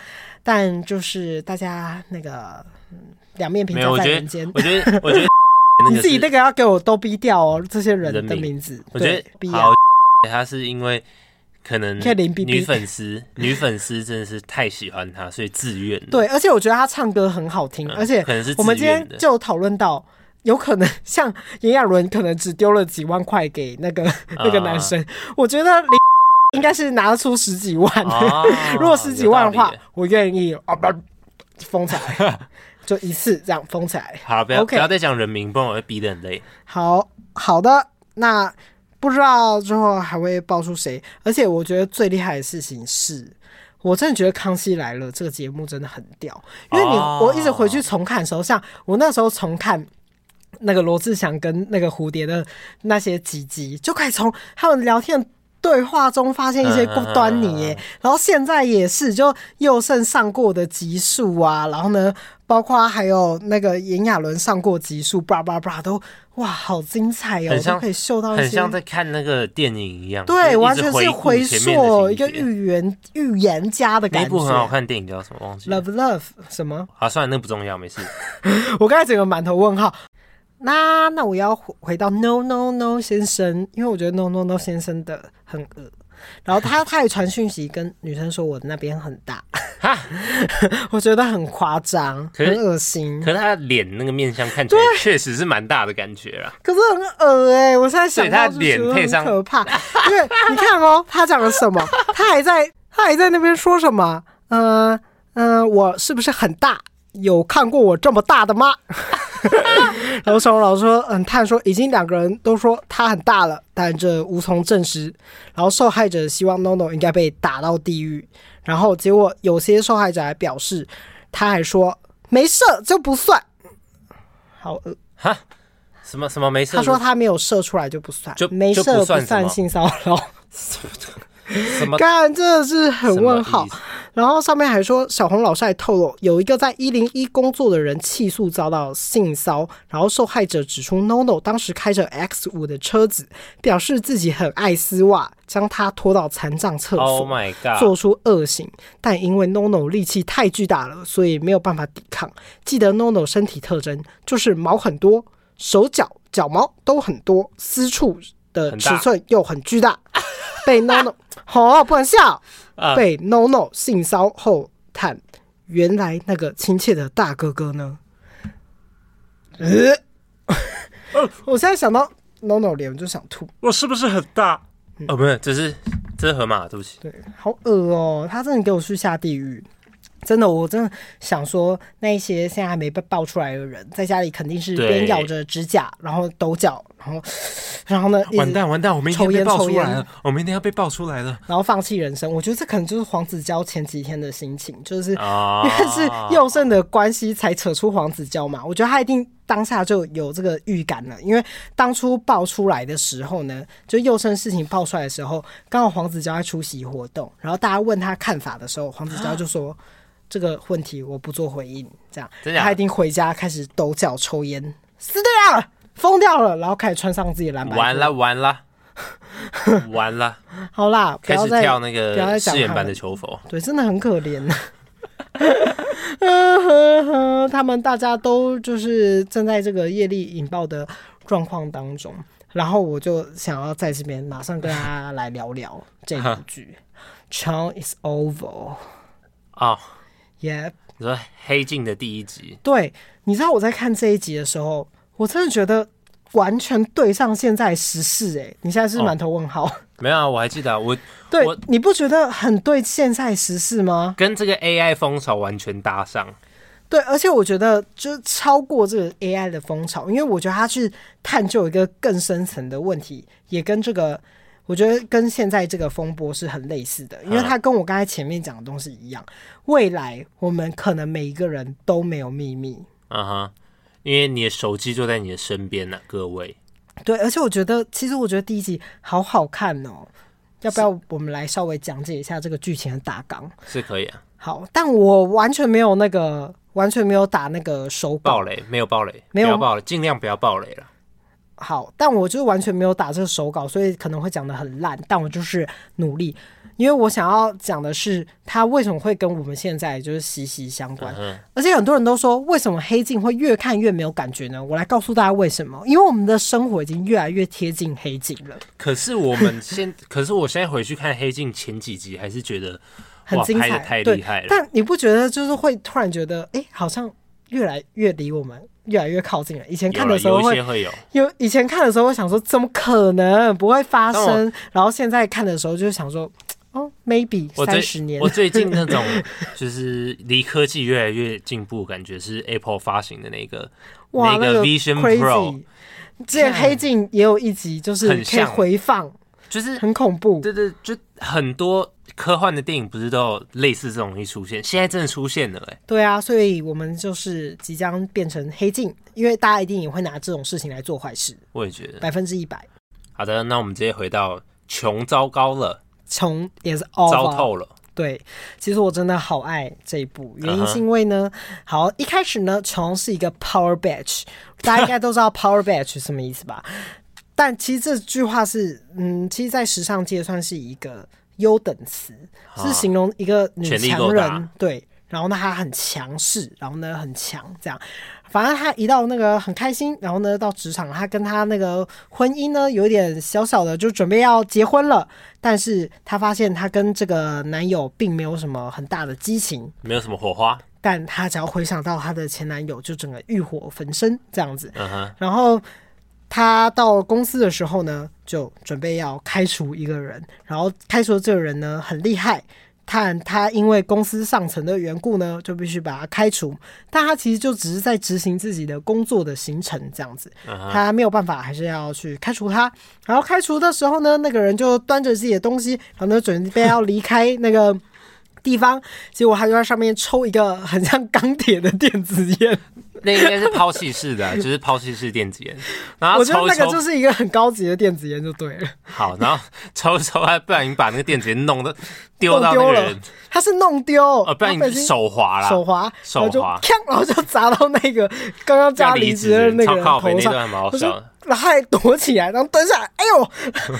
S1: 但就是大家那个嗯两面评
S2: 没有，
S1: 价
S2: 我
S1: 在
S2: 觉
S1: 人
S2: 得
S1: 间，。
S2: 我觉得，我觉得那
S1: 你
S2: 个
S1: 自己
S2: 是
S1: 那个要给我都逼掉哦，这些人
S2: 人
S1: 的
S2: 名
S1: 名字，
S2: 我觉
S1: 对逼
S2: 得
S1: 啊
S2: 好，他是因为可能
S1: 可以零 BB
S2: 女粉丝，女粉丝真的是太喜欢他，所以自愿的。
S1: 对，而且我觉得他唱歌很好听，
S2: 嗯，
S1: 而且
S2: 可能是
S1: 我们
S2: 自
S1: 今
S2: 愿
S1: 天
S2: 的
S1: 就讨论到，有可能 像炎亚纶可能只丢了几万块给那个
S2: 啊
S1: 那个男生，我觉得林应该是拿得出十几万，
S2: 哦
S1: 如果十几万的
S2: 有
S1: 话
S2: 道理耶，
S1: 我愿意啊，不封起来， 就一次这样封起来。
S2: 好，不要
S1: OK
S2: 不要再讲人名，不然我会逼得很累。
S1: 好好的，那不知道之后还会爆出谁，而且我觉得最厉害的事情是。我真的觉得《康熙来了》这个节目真的很屌，因为你、
S2: 哦
S1: 我一直回去重看的时候，像我那时候重看那个罗志祥跟那个蝴蝶的那些几集，就可以从他们聊天对话中发现一些端倪耶。然后现在也是，就佑胜上过的集数啊，然后呢，包括还有那个炎亚纶上过集数，叭叭叭都哇，好精彩哦，
S2: 很像
S1: 都可以嗅到一些
S2: 很像在看那个电影一样，就是一
S1: 对，
S2: 直
S1: 完全是
S2: 回
S1: 回
S2: 顾前面
S1: 溯
S2: 的
S1: 哦一
S2: 情
S1: 个
S2: 节
S1: 预言预言家的
S2: 那
S1: 感
S2: 一
S1: 觉。
S2: 部很好看的电影叫什么？忘记了。
S1: Love Love 什么？
S2: 啊，算了，那不重要，没事。
S1: 嗯 我刚才整个满头问号。那那我要回回到 No No No 先生，因为我觉得 No No No 先生的很恶。然后 他他也传讯息跟女生说我那边很大， 我觉得很夸张，
S2: 可
S1: 很
S2: 是
S1: 恶心，
S2: 可是他脸那个面相看起来确实是蛮大的感觉啊啦。
S1: 可是很恶哎、我现在想
S2: 对
S1: 到
S2: 他
S1: 就觉
S2: 脸
S1: 得
S2: 配
S1: 很
S2: 上
S1: 可怕，因为你看哦，他讲了什么？他还在他还在那边说什么？呃呃，我是不是很大？有看过我这么大的吗？ 然后小红老师说，嗯，探说已经两个人都说他很大了，但这无从证实。然后受害者希望 NONO 应该被打到地狱，然后结果有些受害者还表示，他还说没射就不算。好恶
S2: 哈，什么什么没事？
S1: 他说他没有射出来就不算，
S2: 就
S1: 没
S2: 就
S1: 射
S2: 不算什么
S1: 算性骚扰。
S2: 什么
S1: 干真的是很
S2: 什么
S1: 问号
S2: 意。思
S1: 然后上面还说，小红老师还透露，有一个在一零一工作的人气诉遭到性骚，然后受害者指出，NONO 当时开着 X 五的车子，表示自己很爱丝袜，将他拖到残障厕
S2: ？Oh
S1: 所。
S2: my
S1: 做
S2: god！
S1: 出恶行，但因为 NONO 力气太巨大了，所以没有办法抵抗。记得 NONO 身体特征就是毛很多，手脚脚毛都很多，私处的
S2: 很
S1: 尺
S2: 大
S1: 寸又很巨 大。被 NONO 好、不能笑，
S2: 啊
S1: 被 NONO 性骚后叹，原来那个亲切的大哥哥呢？呃， 我现在想到 NONO 脸，我就想吐。
S2: 我是不是很大？哦，不是，这是这是河马，对不起。
S1: 对，好恶哦、他真的给我去下地狱。真的，我真的想说，那一些现在还没被爆出来的人，在家里肯定是
S2: 对
S1: 边咬着指甲，然后抖脚，然后，然后呢，一直
S2: 完蛋完蛋！我明天
S1: 抽
S2: 被
S1: 烟
S2: 爆出
S1: 抽
S2: 来
S1: 烟
S2: 了，我明天要被爆出来了
S1: 然后放弃人生。我觉得这可能就是黄子佼前几天的心情，就是因
S2: 啊！
S1: 为 是佑胜的关系才扯出黄子佼嘛。我觉得他一定当下就有这个预感了，因为当初爆出来的时候呢，就佑胜事情爆出来的时候，刚好黄子佼在出席活动，然后大家问他看法的时候，黄子佼就说。这个问题我不做回应，这样
S2: 啊真假的
S1: 他一定回家开始抖脚抽烟，死掉了，疯掉了，然后开始穿上自己的蓝白。
S2: 完了，完了 完了，
S1: 好啦， 不
S2: 开
S1: 要
S2: 始
S1: 再
S2: 跳那
S1: 不要
S2: 个
S1: 再讲
S2: 饰演
S1: 他
S2: 版
S1: 们
S2: 的求佛。
S1: 对，真的很可怜呐、啊。他们大家都就是正在这个业力引爆的状况当中，然后我就想要在这边马上跟大家来聊聊这部剧《Charm Is Over》。
S2: 哦，
S1: 耶，
S2: 你说《黑镜》的第一集，
S1: 对，你知道我在看这一集的时候，我真的觉得完全对上现在时事哎、你现在是不是满头问号？
S2: 没有啊？我还记得啊，我
S1: 对
S2: 我，
S1: 你不觉得很对现在时事吗？
S2: 跟这个 AI 风潮完全搭上。
S1: 对，而且我觉得就是超过这个 AI 的风潮，因为我觉得它去探究一个更深层的问题，也跟这个我觉得跟现在这个风波是很类似的，因为它跟我刚才前面讲的东西一样，未来我们可能每一个人都没有秘密。
S2: 嗯哼，因为你的手机就在你的身边呢、各位。
S1: 对，而且我觉得，其实我觉得第一集好好看哦，要不要我们来稍微讲解一下这个剧情的大纲？
S2: 是可以啊，
S1: 好，但我完全没有那个，完全没有打那个手稿
S2: 暴，雷没有暴雷，
S1: 嗯没有
S2: 不要暴雷，尽量不要暴雷了。
S1: 好，但我就是完全没有打这个手稿，所以可能会讲的很烂，但我就是努力，因为我想要讲的是它为什么会跟我们现在就是息息相关，
S2: 嗯
S1: 而且很多人都说为什么黑镜会越看越没有感觉呢？我来告诉大家为什么，因为我们的生活已经越来越贴近黑镜了，
S2: 可是我 们现，可是我现在回去看《黑镜》前几集，还是觉得
S1: 很
S2: 哇，
S1: 精
S2: 拍的
S1: 彩，
S2: 太
S1: 对
S2: 厉害了。
S1: 但你不觉得就是会突然觉得，哎、好像越来越离我们越来越靠近了？以前
S2: 有
S1: 看
S2: 了
S1: 的时候
S2: 有一
S1: 会
S2: 些会有，
S1: 有以前看的时候，会想说怎么可能不会发
S2: 但我
S1: 生？然后现在看的时候，就想说，哦，maybe
S2: 我
S1: 三
S2: 最
S1: 十年
S2: 我最近那种就是离科技越来越进步，感觉是 Apple 发行的那个
S1: 哇，那
S2: 个
S1: 个
S2: Vision Pro，
S1: crazy。之前黑镜也有一集，就是
S2: 很
S1: 可以
S2: 像
S1: 回放，
S2: 就是
S1: 很恐怖。
S2: 对对，就很多科幻的电影不是都有类似这种东西出现，现在真的出现了哎、
S1: 对啊，所以我们就是即将变成黑镜，因为大家一定也会拿这种事情来做坏事，
S2: 我也觉得。
S1: 百分之一百。
S2: 好的，那我们直接回到穷糟糕了，
S1: 穷也是
S2: 糟
S1: over，
S2: 透了，
S1: 对，其实我真的好爱这一部，原因
S2: 嗯
S1: 是
S2: 哼
S1: 因为呢好一开始呢，琼是一个 power batch，大家应该都知道 power batch 是什么意思吧？但其实这句话是，嗯，其实，在时尚界算是一个优等词，是形容一个女
S2: 啊权力
S1: 强
S2: 够大
S1: 人，对。然后呢，她很强势，然后呢，很强，这样。反正她一到那个很开心，然后呢，到职场，她跟她那个婚姻呢，有一点小小的就准备要结婚了，但是她发现她跟这个男友并没有什么很大的激情，
S2: 没有什么火花。
S1: 但她只要回想到她的前男友，就整个欲火焚身这样子。
S2: 嗯哼，
S1: 然后她到公司的时候呢，就准备要开除一个人，然后开除的这个人呢很厉害，但她因为公司上层的缘故呢，就必须把他开除。但她其实就只是在执行自己的工作的行程这样子，她没有办法，还是要去开除他。然后开除的时候呢，那个人就端着自己的东西，然后呢准备要离开那个。地方，结果他就在上面抽一个很像钢铁的电子烟。
S2: 那应该是抛弃式的啊，就是抛弃式电子烟。然后
S1: 我觉得
S2: 啊抽一
S1: 那
S2: 抽
S1: 个就是一个很高级的电子烟就对了，
S2: 好，然后抽一抽，还不小心把那个电子烟弄的丢到那
S1: 丢
S2: 个
S1: 了
S2: 人，，
S1: 他是弄丢，
S2: 呃，不然
S1: 他不小
S2: 你
S1: 心
S2: 手滑啦，
S1: 手滑，
S2: 手
S1: 然后就
S2: 滑
S1: 锵，然后就砸到那 个刚刚
S2: 要
S1: 加离职的那个
S2: 超
S1: 人
S2: 靠北
S1: 头
S2: 那
S1: 上
S2: 段。还蛮好
S1: 我
S2: 笑
S1: 说
S2: 的。，
S1: 然后还躲起来，然后蹲下来，哎呦，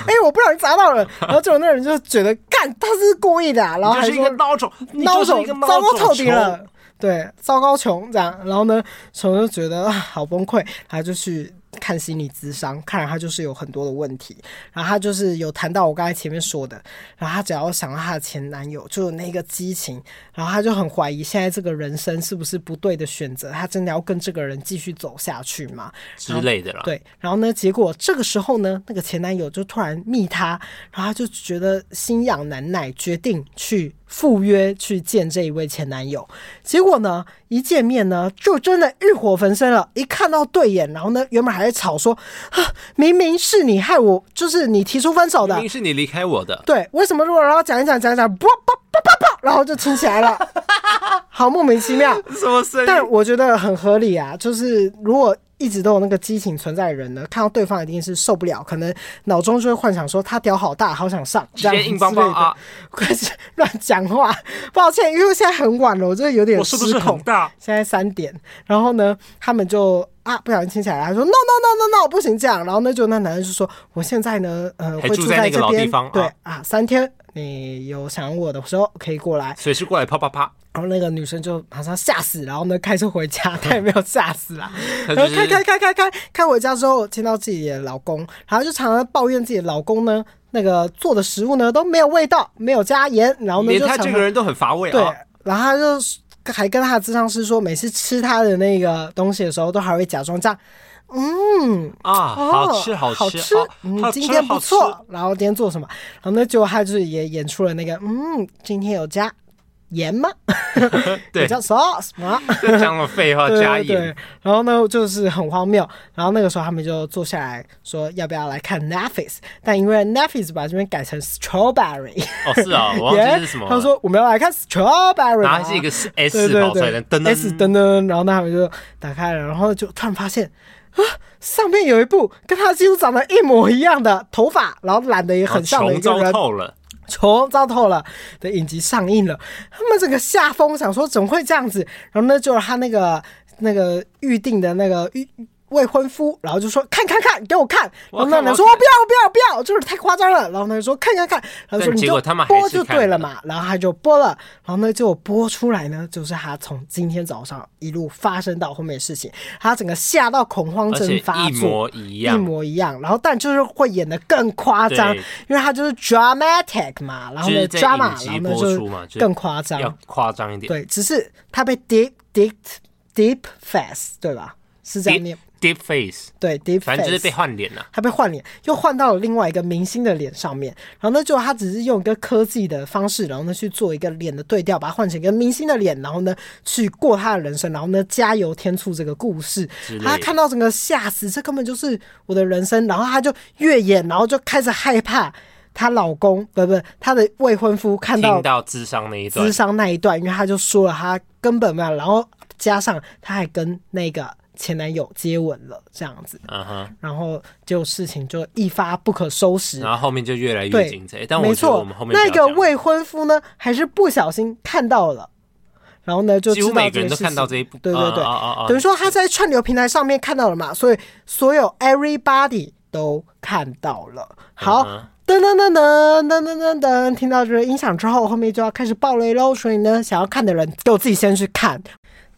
S1: 哎呦，我不小心砸到了。然后结果那人就觉得，干，他是故意的啊、然后
S2: 你
S1: 还
S2: 就是一
S1: 说
S2: 个孬种，你
S1: 孬
S2: 就是
S1: 种
S2: 一个，孬
S1: 糟糕
S2: 种
S1: 透底
S2: 虫
S1: 了。对，糟糕穷这样。然后呢，穷就觉得啊好崩溃，他就去看心理咨商，看来他就是有很多的问题。然后他就是有谈到我刚才前面说的，然后他只要想到她的前男友，就有那个激情，然后他就很怀疑现在这个人生是不是不对的选择，他真的要跟这个人继续走下去吗？
S2: 之类的啦。
S1: 对，然后呢，结果这个时候呢，那个前男友就突然密她，然后她就觉得心痒难耐，决定去赴约去见这一位前男友。结果呢，一见面呢，就真的欲火焚身了，一看到对眼，然后呢，原本还在吵说，啊，明明是你害我，就是你提出分手
S2: 明
S1: 的
S2: 明，是你离开我的，
S1: 对，为什么如果然后讲一讲讲一讲，啵啵啵啵啵，然后就亲起来 了，好莫名其妙。
S2: 什么声
S1: 但我觉得很合理啊，就是如果一直都有那个激情存在的人呢，看到对方一定是受不了，可能脑中就会幻想说他屌好大，好想上，
S2: 直
S1: 这
S2: 接
S1: 样
S2: 硬邦邦啊！
S1: 快乱讲话，抱歉，因为现在很晚了，我真的有点
S2: 我是不是
S1: 失控
S2: 很大？
S1: 现在三点，然后呢，他们就啊不小心亲起来了，他说 no no no no no 不行这样，然后呢就那男人就说我现在呢呃
S2: 还
S1: 会
S2: 住
S1: 住
S2: 在那个
S1: 这
S2: 老地
S1: 边，
S2: 方啊
S1: 对啊三天，你有想我的时候可以过来，
S2: 随时过来啪啪啪，
S1: 然后那个女生就马上吓死，然后呢开车回家，她也没有吓死啦。
S2: 她
S1: 然后
S2: 就
S1: 开
S2: 是
S1: 开开开开开回家之后，听到自己的老公，然后就常常抱怨自己的老公呢，那个做的食物呢都没有味道，没有加盐，然后呢
S2: 连
S1: 就
S2: 他
S1: 常
S2: 这
S1: 常
S2: 个人都很乏味
S1: 对
S2: 啊。，
S1: 然后她就还跟她的智商师说，每次吃她的那个东西的时候，都还会假装这样，嗯，
S2: 啊，
S1: 哦，
S2: 好吃好
S1: 好
S2: 吃，哦
S1: 嗯，
S2: 好
S1: 今
S2: 吃
S1: 天
S2: 好
S1: 不
S2: 吃
S1: 错。然后今天做什么？然后呢，结果他就是也演出了那个，嗯，今天有加盐吗？
S2: 对
S1: 有，加 sauce 吗？
S2: 这讲了废话
S1: 对
S2: 加
S1: 对对
S2: 盐，，
S1: 然后呢，就是很荒谬。然后那个时候他们就坐下来说，要不要来看 Netflix？但因为 Netflix 把这边改成 Strawberry，
S2: 哦是啊，我忘记是什么了。
S1: 他说我们要来看 Strawberry，
S2: 然
S1: 吧
S2: 后还是一个是
S1: 对
S2: S
S1: 对
S2: 跑出来
S1: 对
S2: 的，噔
S1: S
S2: 噔
S1: 噔噔，然后那他们就打开了，然后就突然发现啊，上面有一部跟他几乎长得一模一样的头发，然后染的也很像的一
S2: 啊穷
S1: 个
S2: 糟
S1: 人，
S2: 透了。
S1: 穷糟透了的影集上映了，他们整个吓疯，想说怎么会这样子？然后呢，就是他那个那个预定的那个预。未婚夫，然后就说看看看，给我看。然
S2: 我
S1: 后
S2: 要
S1: 那
S2: 看
S1: 人说
S2: 我
S1: 我
S2: 要
S1: 不要，我不要，我不要，就是太夸张了。然后他就说看看看，然后说
S2: 但
S1: 你
S2: 结
S1: 就
S2: 果他们还
S1: 播
S2: 是
S1: 就
S2: 看
S1: 对了
S2: 了
S1: 嘛。然后他就播了，然后呢就播出来呢，就是他从今天早上一路发生到后面的事情，他整个吓到恐慌
S2: 而
S1: 症
S2: 且
S1: 发
S2: 一
S1: 作。
S2: 模一
S1: 一
S2: 样，
S1: 模一样，然后但就是会演的更夸张
S2: 对，
S1: 因为他就是 dramatic 嘛，然后呢
S2: 就是在影
S1: drama，
S2: 集
S1: 然后呢
S2: 播出嘛
S1: 就
S2: 就是
S1: 更夸
S2: 要
S1: 张，
S2: 夸张一点。
S1: 对，只是他被 deep deep deep face 对吧？是这样念
S2: Deep，Deep Face，
S1: 对 deep
S2: 反正就是被
S1: face。
S2: 换脸了。
S1: 他被换脸，又换到了另外一个明星的脸上面，然后呢，就他只是用一个科技的方式，然后呢去做一个脸的对调，把它换成一个明星的脸，然后呢去过他的人生，然后呢加油添醋这个故事
S2: 之类，的
S1: 他看到整个吓死，这根本就是我的人生，然后他就越演，然后就开始害怕她老公，不不，她的未婚夫看到
S2: 听到智商那一段
S1: 智，商那一段，因为他就说了他根本没有，然后加上他还跟那个前男友接吻了，这样子。
S2: 嗯哼，
S1: 然后就事情就一发不可收拾。
S2: 然后后面就越来越
S1: 对
S2: 精彩。但
S1: 没
S2: 我觉得我
S1: 错
S2: 们后，面
S1: 那
S2: 不要
S1: 个
S2: 讲
S1: 未婚夫呢，还是不小心看到了，然后呢就
S2: 几
S1: 知
S2: 乎
S1: 道
S2: 每
S1: 这
S2: 个人
S1: 件事情。
S2: 都看到这一部，
S1: 对对对
S2: 啊啊啊啊
S1: 等于说他在串流平台上面看到了嘛，所以所有 everybody 都看到了。好
S2: 嗯哼，
S1: 噔噔噔噔噔噔噔噔，听到这个音响之后，后面就要开始爆雷喽。所以呢，想要看的人，给我自己先去看。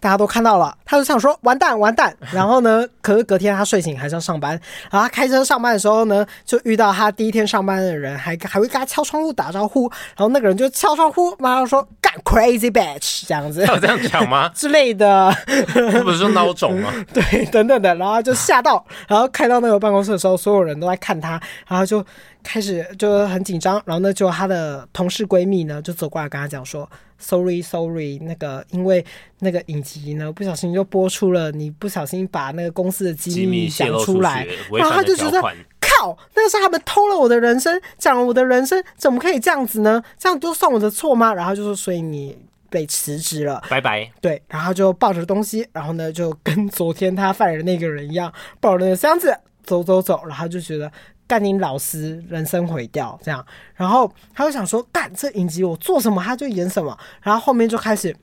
S1: 大家都看到了，他就想说完蛋完 蛋，然后呢，可是隔天他睡醒还是要上班，然后他开车上班的时候呢，就遇到他第一天上班的人，还还会跟他敲窗户打招呼，然后那个人就敲窗户，马上说干 crazy bitch 这 样子？
S2: 他有这样讲吗
S1: 之类的，
S2: 他不是说孬种吗？
S1: 对，等等的，然后他就吓到，然后开到那个办公室的时候，所有人都在看他，然后就开始就很紧张，然后呢，就她的同事闺蜜呢就走过来跟她讲说，sorry sorry，那个因为那个影集呢不小心就播出了，你不小心把那个公司的机
S2: 机密泄
S1: 讲
S2: 露
S1: 出
S2: 出
S1: 来
S2: 去，，
S1: 然后
S2: 违
S1: 她
S2: 反
S1: 就
S2: 了
S1: 觉
S2: 条
S1: 得
S2: 款。
S1: 看靠，那个是他们偷了我的人生，讲了我的人生，怎么可以这样子呢？这样就算我的错吗？然后就说，所以你被辞职了。
S2: 拜拜。
S1: 对，然后就抱着东西，然后呢，就跟 昨天他犯人那个人一样，抱着那个箱子走走走，然后就觉得干你老师，人生毁掉这样，然后他就想说，干这影集我做什么他就演什么，然后后面就开始。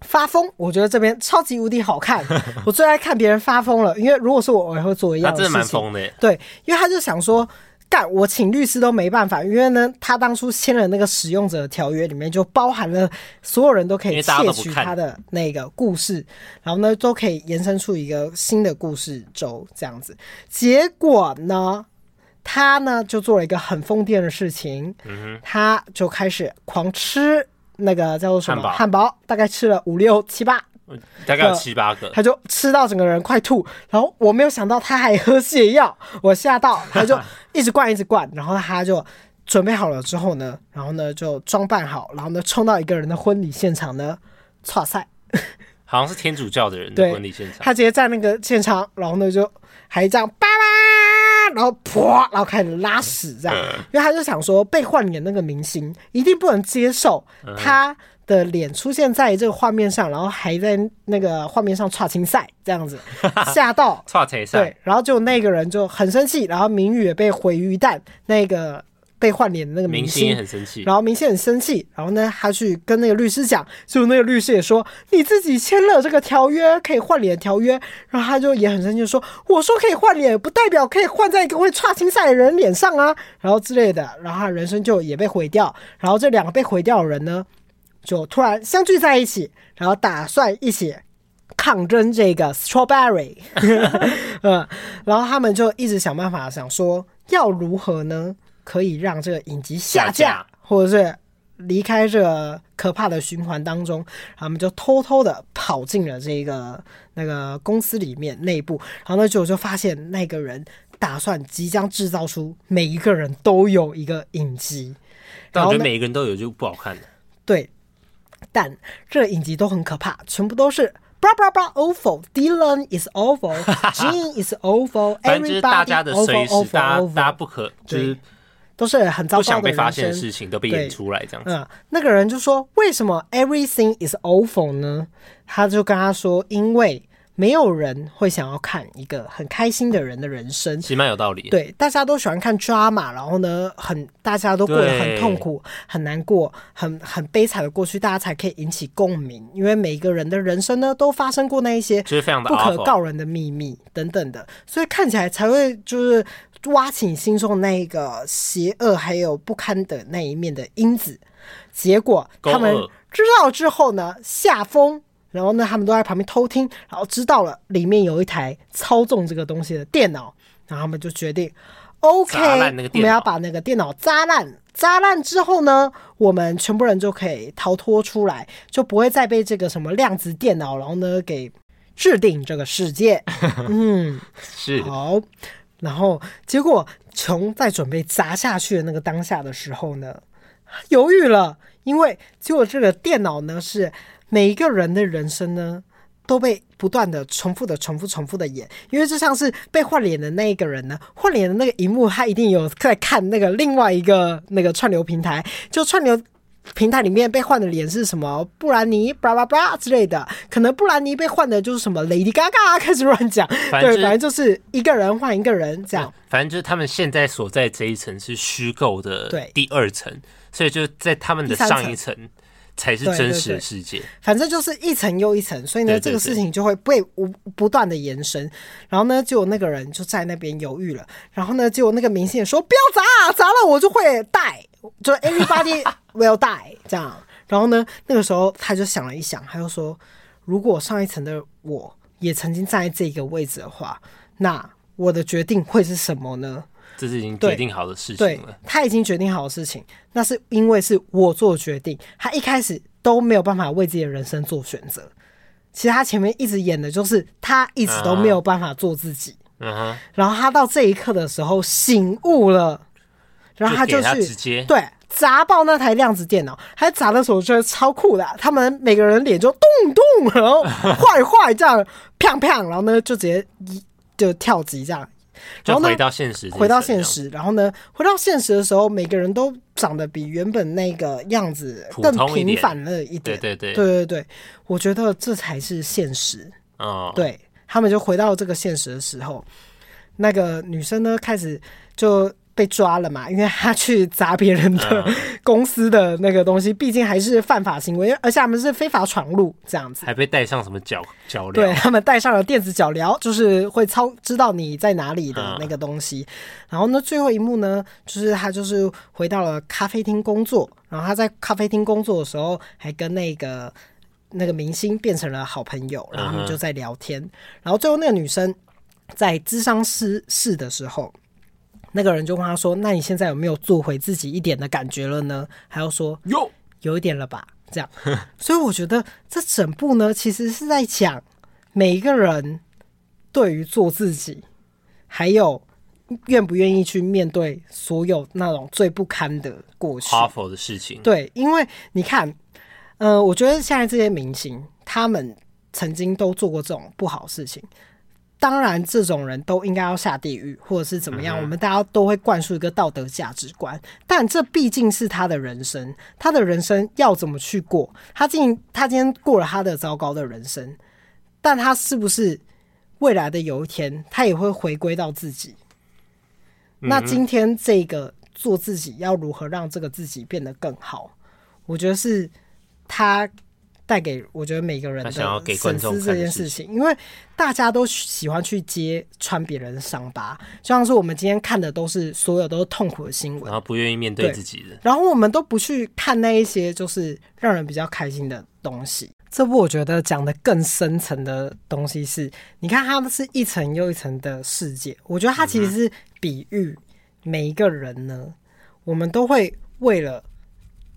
S1: 发疯，我觉得这边超级无敌好 看，我最爱看别人发疯了，因为如果是我，我也会做一
S2: 他
S1: 样的
S2: 真
S1: 事
S2: 的
S1: 情。
S2: 蛮疯的耶，
S1: 对，因为他就想说，干我请律师都没办法，因为呢，他当初签了那个使用者条约，里面就包含了所有人都可
S2: 因
S1: 以
S2: 为大家
S1: 窃
S2: 都不
S1: 取
S2: 看
S1: 他的那个故事，然后呢，都可以延伸出一个新的故事轴这样子。结果呢？他呢就做了一个很疯癫的事情，
S2: 嗯
S1: 他就开始狂吃那个叫做什么
S2: 汉堡
S1: 汉堡，大概吃了五六七八，
S2: 大概有
S1: 呃
S2: 七八个。
S1: 他就吃到整个人快吐，然后我没有想到他还喝泻药，我吓到，他就一直灌一直灌，然后他就准备好了之后呢，然后呢就装扮好，然后呢冲到一个人的婚礼现场呢，哇塞，
S2: 好像是天主教的人的
S1: 对
S2: 婚礼现场，
S1: 他直接在那个现场，然后呢就还这样叭叭，然后噗，然后开始拉屎这样，因为他就想说被换脸那个明星一定不能接受他的脸出现在这个画面上，然后还在那个画面上刷青赛这样子，吓到。
S2: 跨彩赛
S1: 对，然后就那个人就很生气，然后明宇也被毁于一旦，那个被换脸的那个
S2: 明星也
S1: 星。
S2: 很生气，
S1: 然后明星很生气，然后呢，他去跟那个律师讲，结果那个律师也说你自己签了这个条约，可以换脸的条约，然后他就也很生气地说，我说可以换脸，不代表可以换在一个会差青赛的人脸上啊，然后之类的，然后他人生就也被毁掉，然后这两个被毁掉的人呢，就突然相聚在一起，然后打算一起抗争这个 strawberry，嗯，然后他们就一直想办法，想说要如何呢，可以让这个影集下架，
S2: 下架
S1: 或者是离开这个可怕的循环当中，他们就偷偷的跑进了这个那个公司里面内部，然后呢，就就发现那个人打算即将制造出每一个人都有一个影集，
S2: 但我
S1: 然后
S2: 觉得
S1: 呢
S2: 每一个人都有就不好看了。
S1: 对，但这影集都很可怕，全部都是 blah blah blah awful。Dylan is awful, Jean is awful,
S2: 反正就是
S1: everybody
S2: 大家的随
S1: awful
S2: 时，大
S1: awful
S2: 家大家
S1: awful，
S2: 不可就是
S1: 都是很糟
S2: 不
S1: 糕
S2: 想
S1: 的
S2: 被发
S1: 人
S2: 现的
S1: 生。
S2: 事情都被
S1: 对
S2: 演出来这样子。
S1: 嗯，那个人就说：“为什么 everything is awful 呢？”他就跟他说：“因为没有人会想要看一个很开心的人的人生，
S2: 其实蛮有道理。
S1: 对，大家都喜欢看 drama，然后呢，很大家都过得很
S2: 对
S1: 痛苦、很难过、很很悲惨的过去，大家才可以引起共鸣。因为每一个人的人生呢，都发生过那一些
S2: 就是非常的
S1: 不可
S2: awful
S1: 告人的秘密等等的，所以看起来才会就是挖起你心中的那一个邪恶还有不堪的那一面的因子。结果他们
S2: 勾二
S1: 知道之后呢，下风。然后呢，他们都在旁边偷听，然后知道了里面有一台操纵这个东西的电脑，然后他们就决定，OK，
S2: 砸烂那个
S1: 我
S2: 电脑
S1: 们要把那个电脑砸烂。砸烂之后呢，我们全部人就可以逃脱出来，就不会再被这个什么量子电脑，然后呢给制定这个世界。
S2: 是
S1: 好，然后结果琼在准备砸下去的那个当下的时候呢，犹豫了，因为结果这个电脑呢是每一个人的人生呢。都被不断的重复的、重复、重复的演，因为就像是被换脸的那一个人呢，换脸的那个荧幕，他一定有在看那个另外一个那个串流平台，就串流平台里面被换的脸是什么布兰妮、巴拉巴拉之类的，可能布兰妮被换的就是什么 Lady Gaga，开始乱讲，对，
S2: 反正就是
S1: 反正就是一个人换一个人这样。
S2: 哦反正就是他们现在所在这一层是虚构的
S1: 对
S2: 第二层，所以就在他们的
S1: 第三
S2: 上一层才是
S1: 对
S2: 真
S1: 对
S2: 实
S1: 对
S2: 的世界。
S1: 反正就是一层又一层，所以呢，
S2: 对对
S1: 这个事情就会被不不断的延伸。然后呢，结果那个人就在那边犹豫了，然后呢，结果那个明星也说不要砸、啊，砸了我就会带，就 everybody will die 这样。然后呢，那个时候他就想了一想，他就说，如果上一层的我也曾经站在这个位置的话，那我的决定会是什么呢？
S2: 这是已经
S1: 对
S2: 决定好的事
S1: 对
S2: 情了。
S1: 他已经决定好的事情，那是因为是我做决定，他一开始都没有办法为自己的人生做选择。其实他前面一直演的就是他一直都没有办法做自己，
S2: 嗯哼，
S1: 然后他到这一刻的时候醒悟了，然后他
S2: 就
S1: 就
S2: 给他
S1: 去
S2: 直接
S1: 对砸爆那台量子电脑，他砸的时候觉得超酷的啊、他们每个人脸就咚 咚，然后坏坏这样，砰砰，然后呢就直接一就跳级这样然
S2: 就
S1: 后呢
S2: 回到现实，
S1: 回到现，实，然后呢，回到现实的时候，每个人都长得比原本那个样子
S2: 普
S1: 更
S2: 通一
S1: 平
S2: 点
S1: 凡了一点。
S2: 对对对，
S1: 对对对，我觉得这才是现实。
S2: 嗯，
S1: 对他们就回到这个现实的时候，那个女生呢开始就被抓了嘛，因为她去砸别人的
S2: 嗯
S1: 公司的那个东西，毕竟还是犯法行为，而且他们是非法闯入这样子。
S2: 还被带上什么脚脚镣，
S1: 对他们带上了电子脚镣，就是会操知道你在哪里的那个东西。然后呢，最后一幕呢，就是他就是回到了咖啡厅工作，然后他在咖啡厅工作的时候，还跟那个那个明星变成了好朋友，然后他们就在聊天。然后最后那个女生在咨商师室的时候。那个人就问他说：“那你现在有没有做回自己一点的感觉了呢？”还要说：“
S2: 哟，
S1: 有一点了吧？这样，所以我觉得这整部呢，其实是在讲每一个人对于做自己，还有愿不愿意去面对所有那种最不堪的过去。
S2: 哈佛的事情，
S1: 对，因为你看，呃，我觉得现在这些明星，他们曾经都做过这种不好的事情。当然，这种人都应该要下地狱，或者是怎么样。我们大家都会灌输一个道德价值观，但这毕竟是他的人生，他的人生要怎么去过？他今他今天过了他的糟糕的人生，但他是不是未来的有一天，他也会回归到自己？
S2: 嗯
S1: 那今天这个做自己要如何让这个自己变得更好？我觉得是他带给我觉得每个人的
S2: 他想要给观
S1: 深
S2: 众
S1: 思
S2: 看的
S1: 这件事情，因为大家都喜欢去揭穿别人的伤疤，就像是我们今天看的都是所有都是痛苦的新闻
S2: 然，后不愿意面对
S1: 对
S2: 自己的，
S1: 然后我们都不去看那一些就是让人比较开心的东西。这部我觉得讲的更深层的东西是，你看它是一层又一层的世界。我觉得它其实是比喻每一个人呢，我们都会为了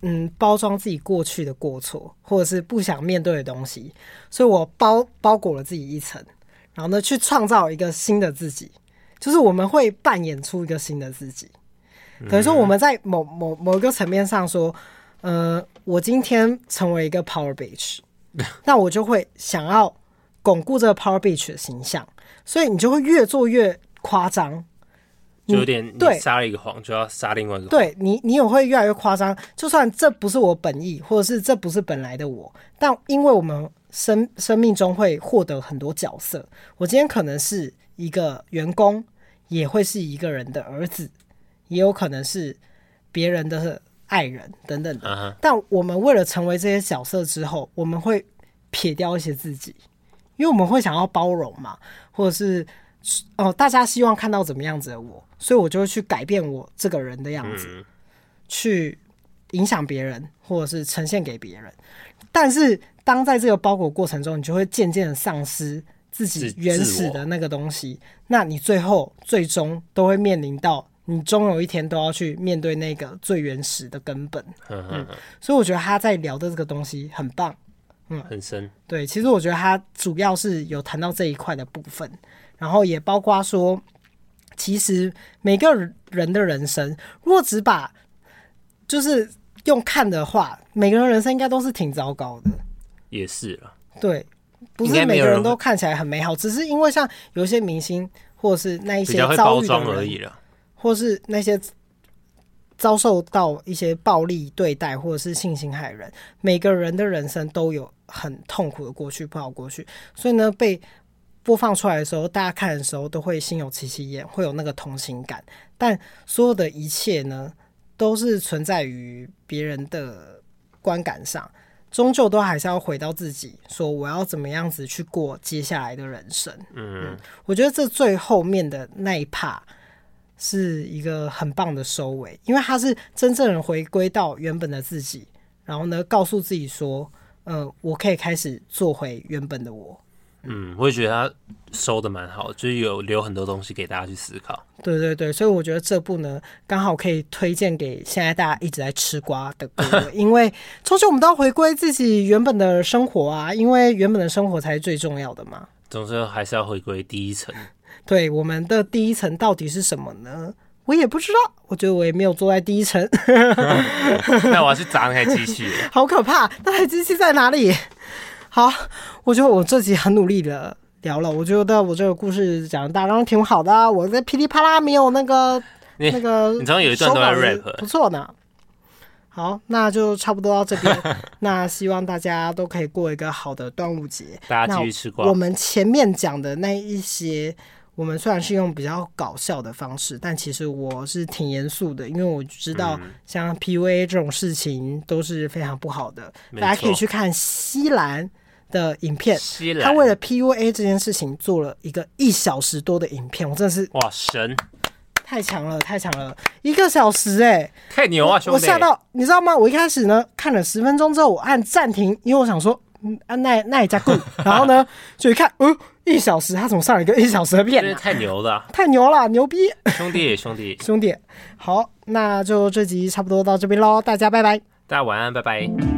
S1: 嗯包装自己过去的过错，或者是不想面对的东西，所以我包包裹了自己一层，然后呢去创造一个新的自己，就是我们会扮演出一个新的自己。等于说我们在某某某一个层面上说，呃，我今天成为一个 power bitch，那我就会想要巩固这个 power bitch 的形象，所以你就会越做越夸张，
S2: 就有点
S1: 对
S2: 你杀了一个谎就要杀另外一个，，
S1: 对你，你也会越来越夸张。就算这不是我本意，或者是这不是本来的我，但因为我们生生命中会获得很多角色，我今天可能是一个员工，也会是一个人的儿子，也有可能是别人的爱人等等的。
S2: 嗯哼，
S1: 但我们为了成为这些角色之后，我们会撇掉一些自己，因为我们会想要包容嘛，或者是哦、大家希望看到怎么样子的我，所以我就会去改变我这个人的样子，
S2: 嗯
S1: 去影响别人，或者是呈现给别人。但是当在这个包裹过程中，你就会渐渐的丧失自己
S2: 自
S1: 原
S2: 自
S1: 始
S2: 我
S1: 的那个东西，那你最后最终都会面临到。你终有一天都要去面对那个最原始的根本，
S2: 嗯嗯，
S1: 所以我觉得他在聊的这个东西很棒。
S2: 嗯很深，
S1: 对，其实我觉得他主要是有谈到这一块的部分，然后也包括说，其实每个人的人生，如果只把就是用看的话，每个人人生应该都是挺糟糕的。
S2: 也是了。
S1: 对，不
S2: 应
S1: 是
S2: 该没
S1: 每
S2: 有
S1: 个人
S2: 人
S1: 都看起来很美好，只是因为像有一些明星或者是那一
S2: 比
S1: 些
S2: 较会
S1: 遭
S2: 包
S1: 遇的
S2: 装
S1: 人
S2: 而已了。
S1: 或是那些遭受到一些暴力对待或者是性侵害的人，每个人的人生都有很痛苦的过去，不好过去。所以呢，被播放出来的时候，大家看的时候都会心有戚戚焉，会有那个同情感。但所有的一切呢，都是存在于别人的观感上。终究都还是要回到自己，说我要怎么样子去过接下来的人生。
S2: 嗯，
S1: 我觉得这最后面的那一 part 是一个很棒的收尾，因为它是真正的回归到原本的自己，然后呢，告诉自己说，呃，我可以开始做回原本的我。
S2: 嗯，我也觉得他收的蛮好，就是有留很多东西给大家去思考。
S1: 对对对，所以我觉得这部呢，刚好可以推荐给现在大家一直在吃瓜的各位，因为终究我们都要回归自己原本的生活啊，因为原本的生活才是最重要的嘛。
S2: 总之还是要回归第一层，
S1: 对，我们的第一层到底是什么呢？我也不知道，我觉得我也没有坐在第一层。
S2: 那我要去砸那台机器 了。
S1: 好可怕！那台机器在哪里？好，我觉得我这集很努力的聊了。我觉得我这个故事讲得大纲挺好的、啊，我在噼里啪啦没有那个
S2: 你
S1: 那个
S2: 你常常有一段都在
S1: 手稿
S2: rap，欸
S1: 不错呢。好，那就差不多到这边。 那希望大家都可以过一个好的端午节。
S2: 大家
S1: 那
S2: 继续吃
S1: 我
S2: 瓜。
S1: 们前面讲的那一些，我们虽然是用比较搞笑的方式，但其实我是挺严肃的，因为我知道
S2: 嗯
S1: 像 PUA 这种事情都是非常不好的。
S2: 没
S1: 大家可以
S2: 错
S1: 去看西兰的影片，
S2: 西兰
S1: 他为了 PUA 这件事情做了一个一小时多的影片，我真的是
S2: 哇神，
S1: 太强了，太强了，一个小时哎、
S2: 太牛啊，兄弟！
S1: 我吓到，你知道吗？我一开始呢看了十分钟之后，我按暂停，因为我想说，嗯，按那那一家 顾，然后呢就一看，哦、一小时，他怎么上了一个一小时的片
S2: 真是
S1: 啊、
S2: 太牛了啊，
S1: 太牛了，牛逼，
S2: 兄弟兄弟，
S1: 兄弟！好，那就这集差不多到这边喽，大家拜拜。
S2: 大家晚安，拜拜。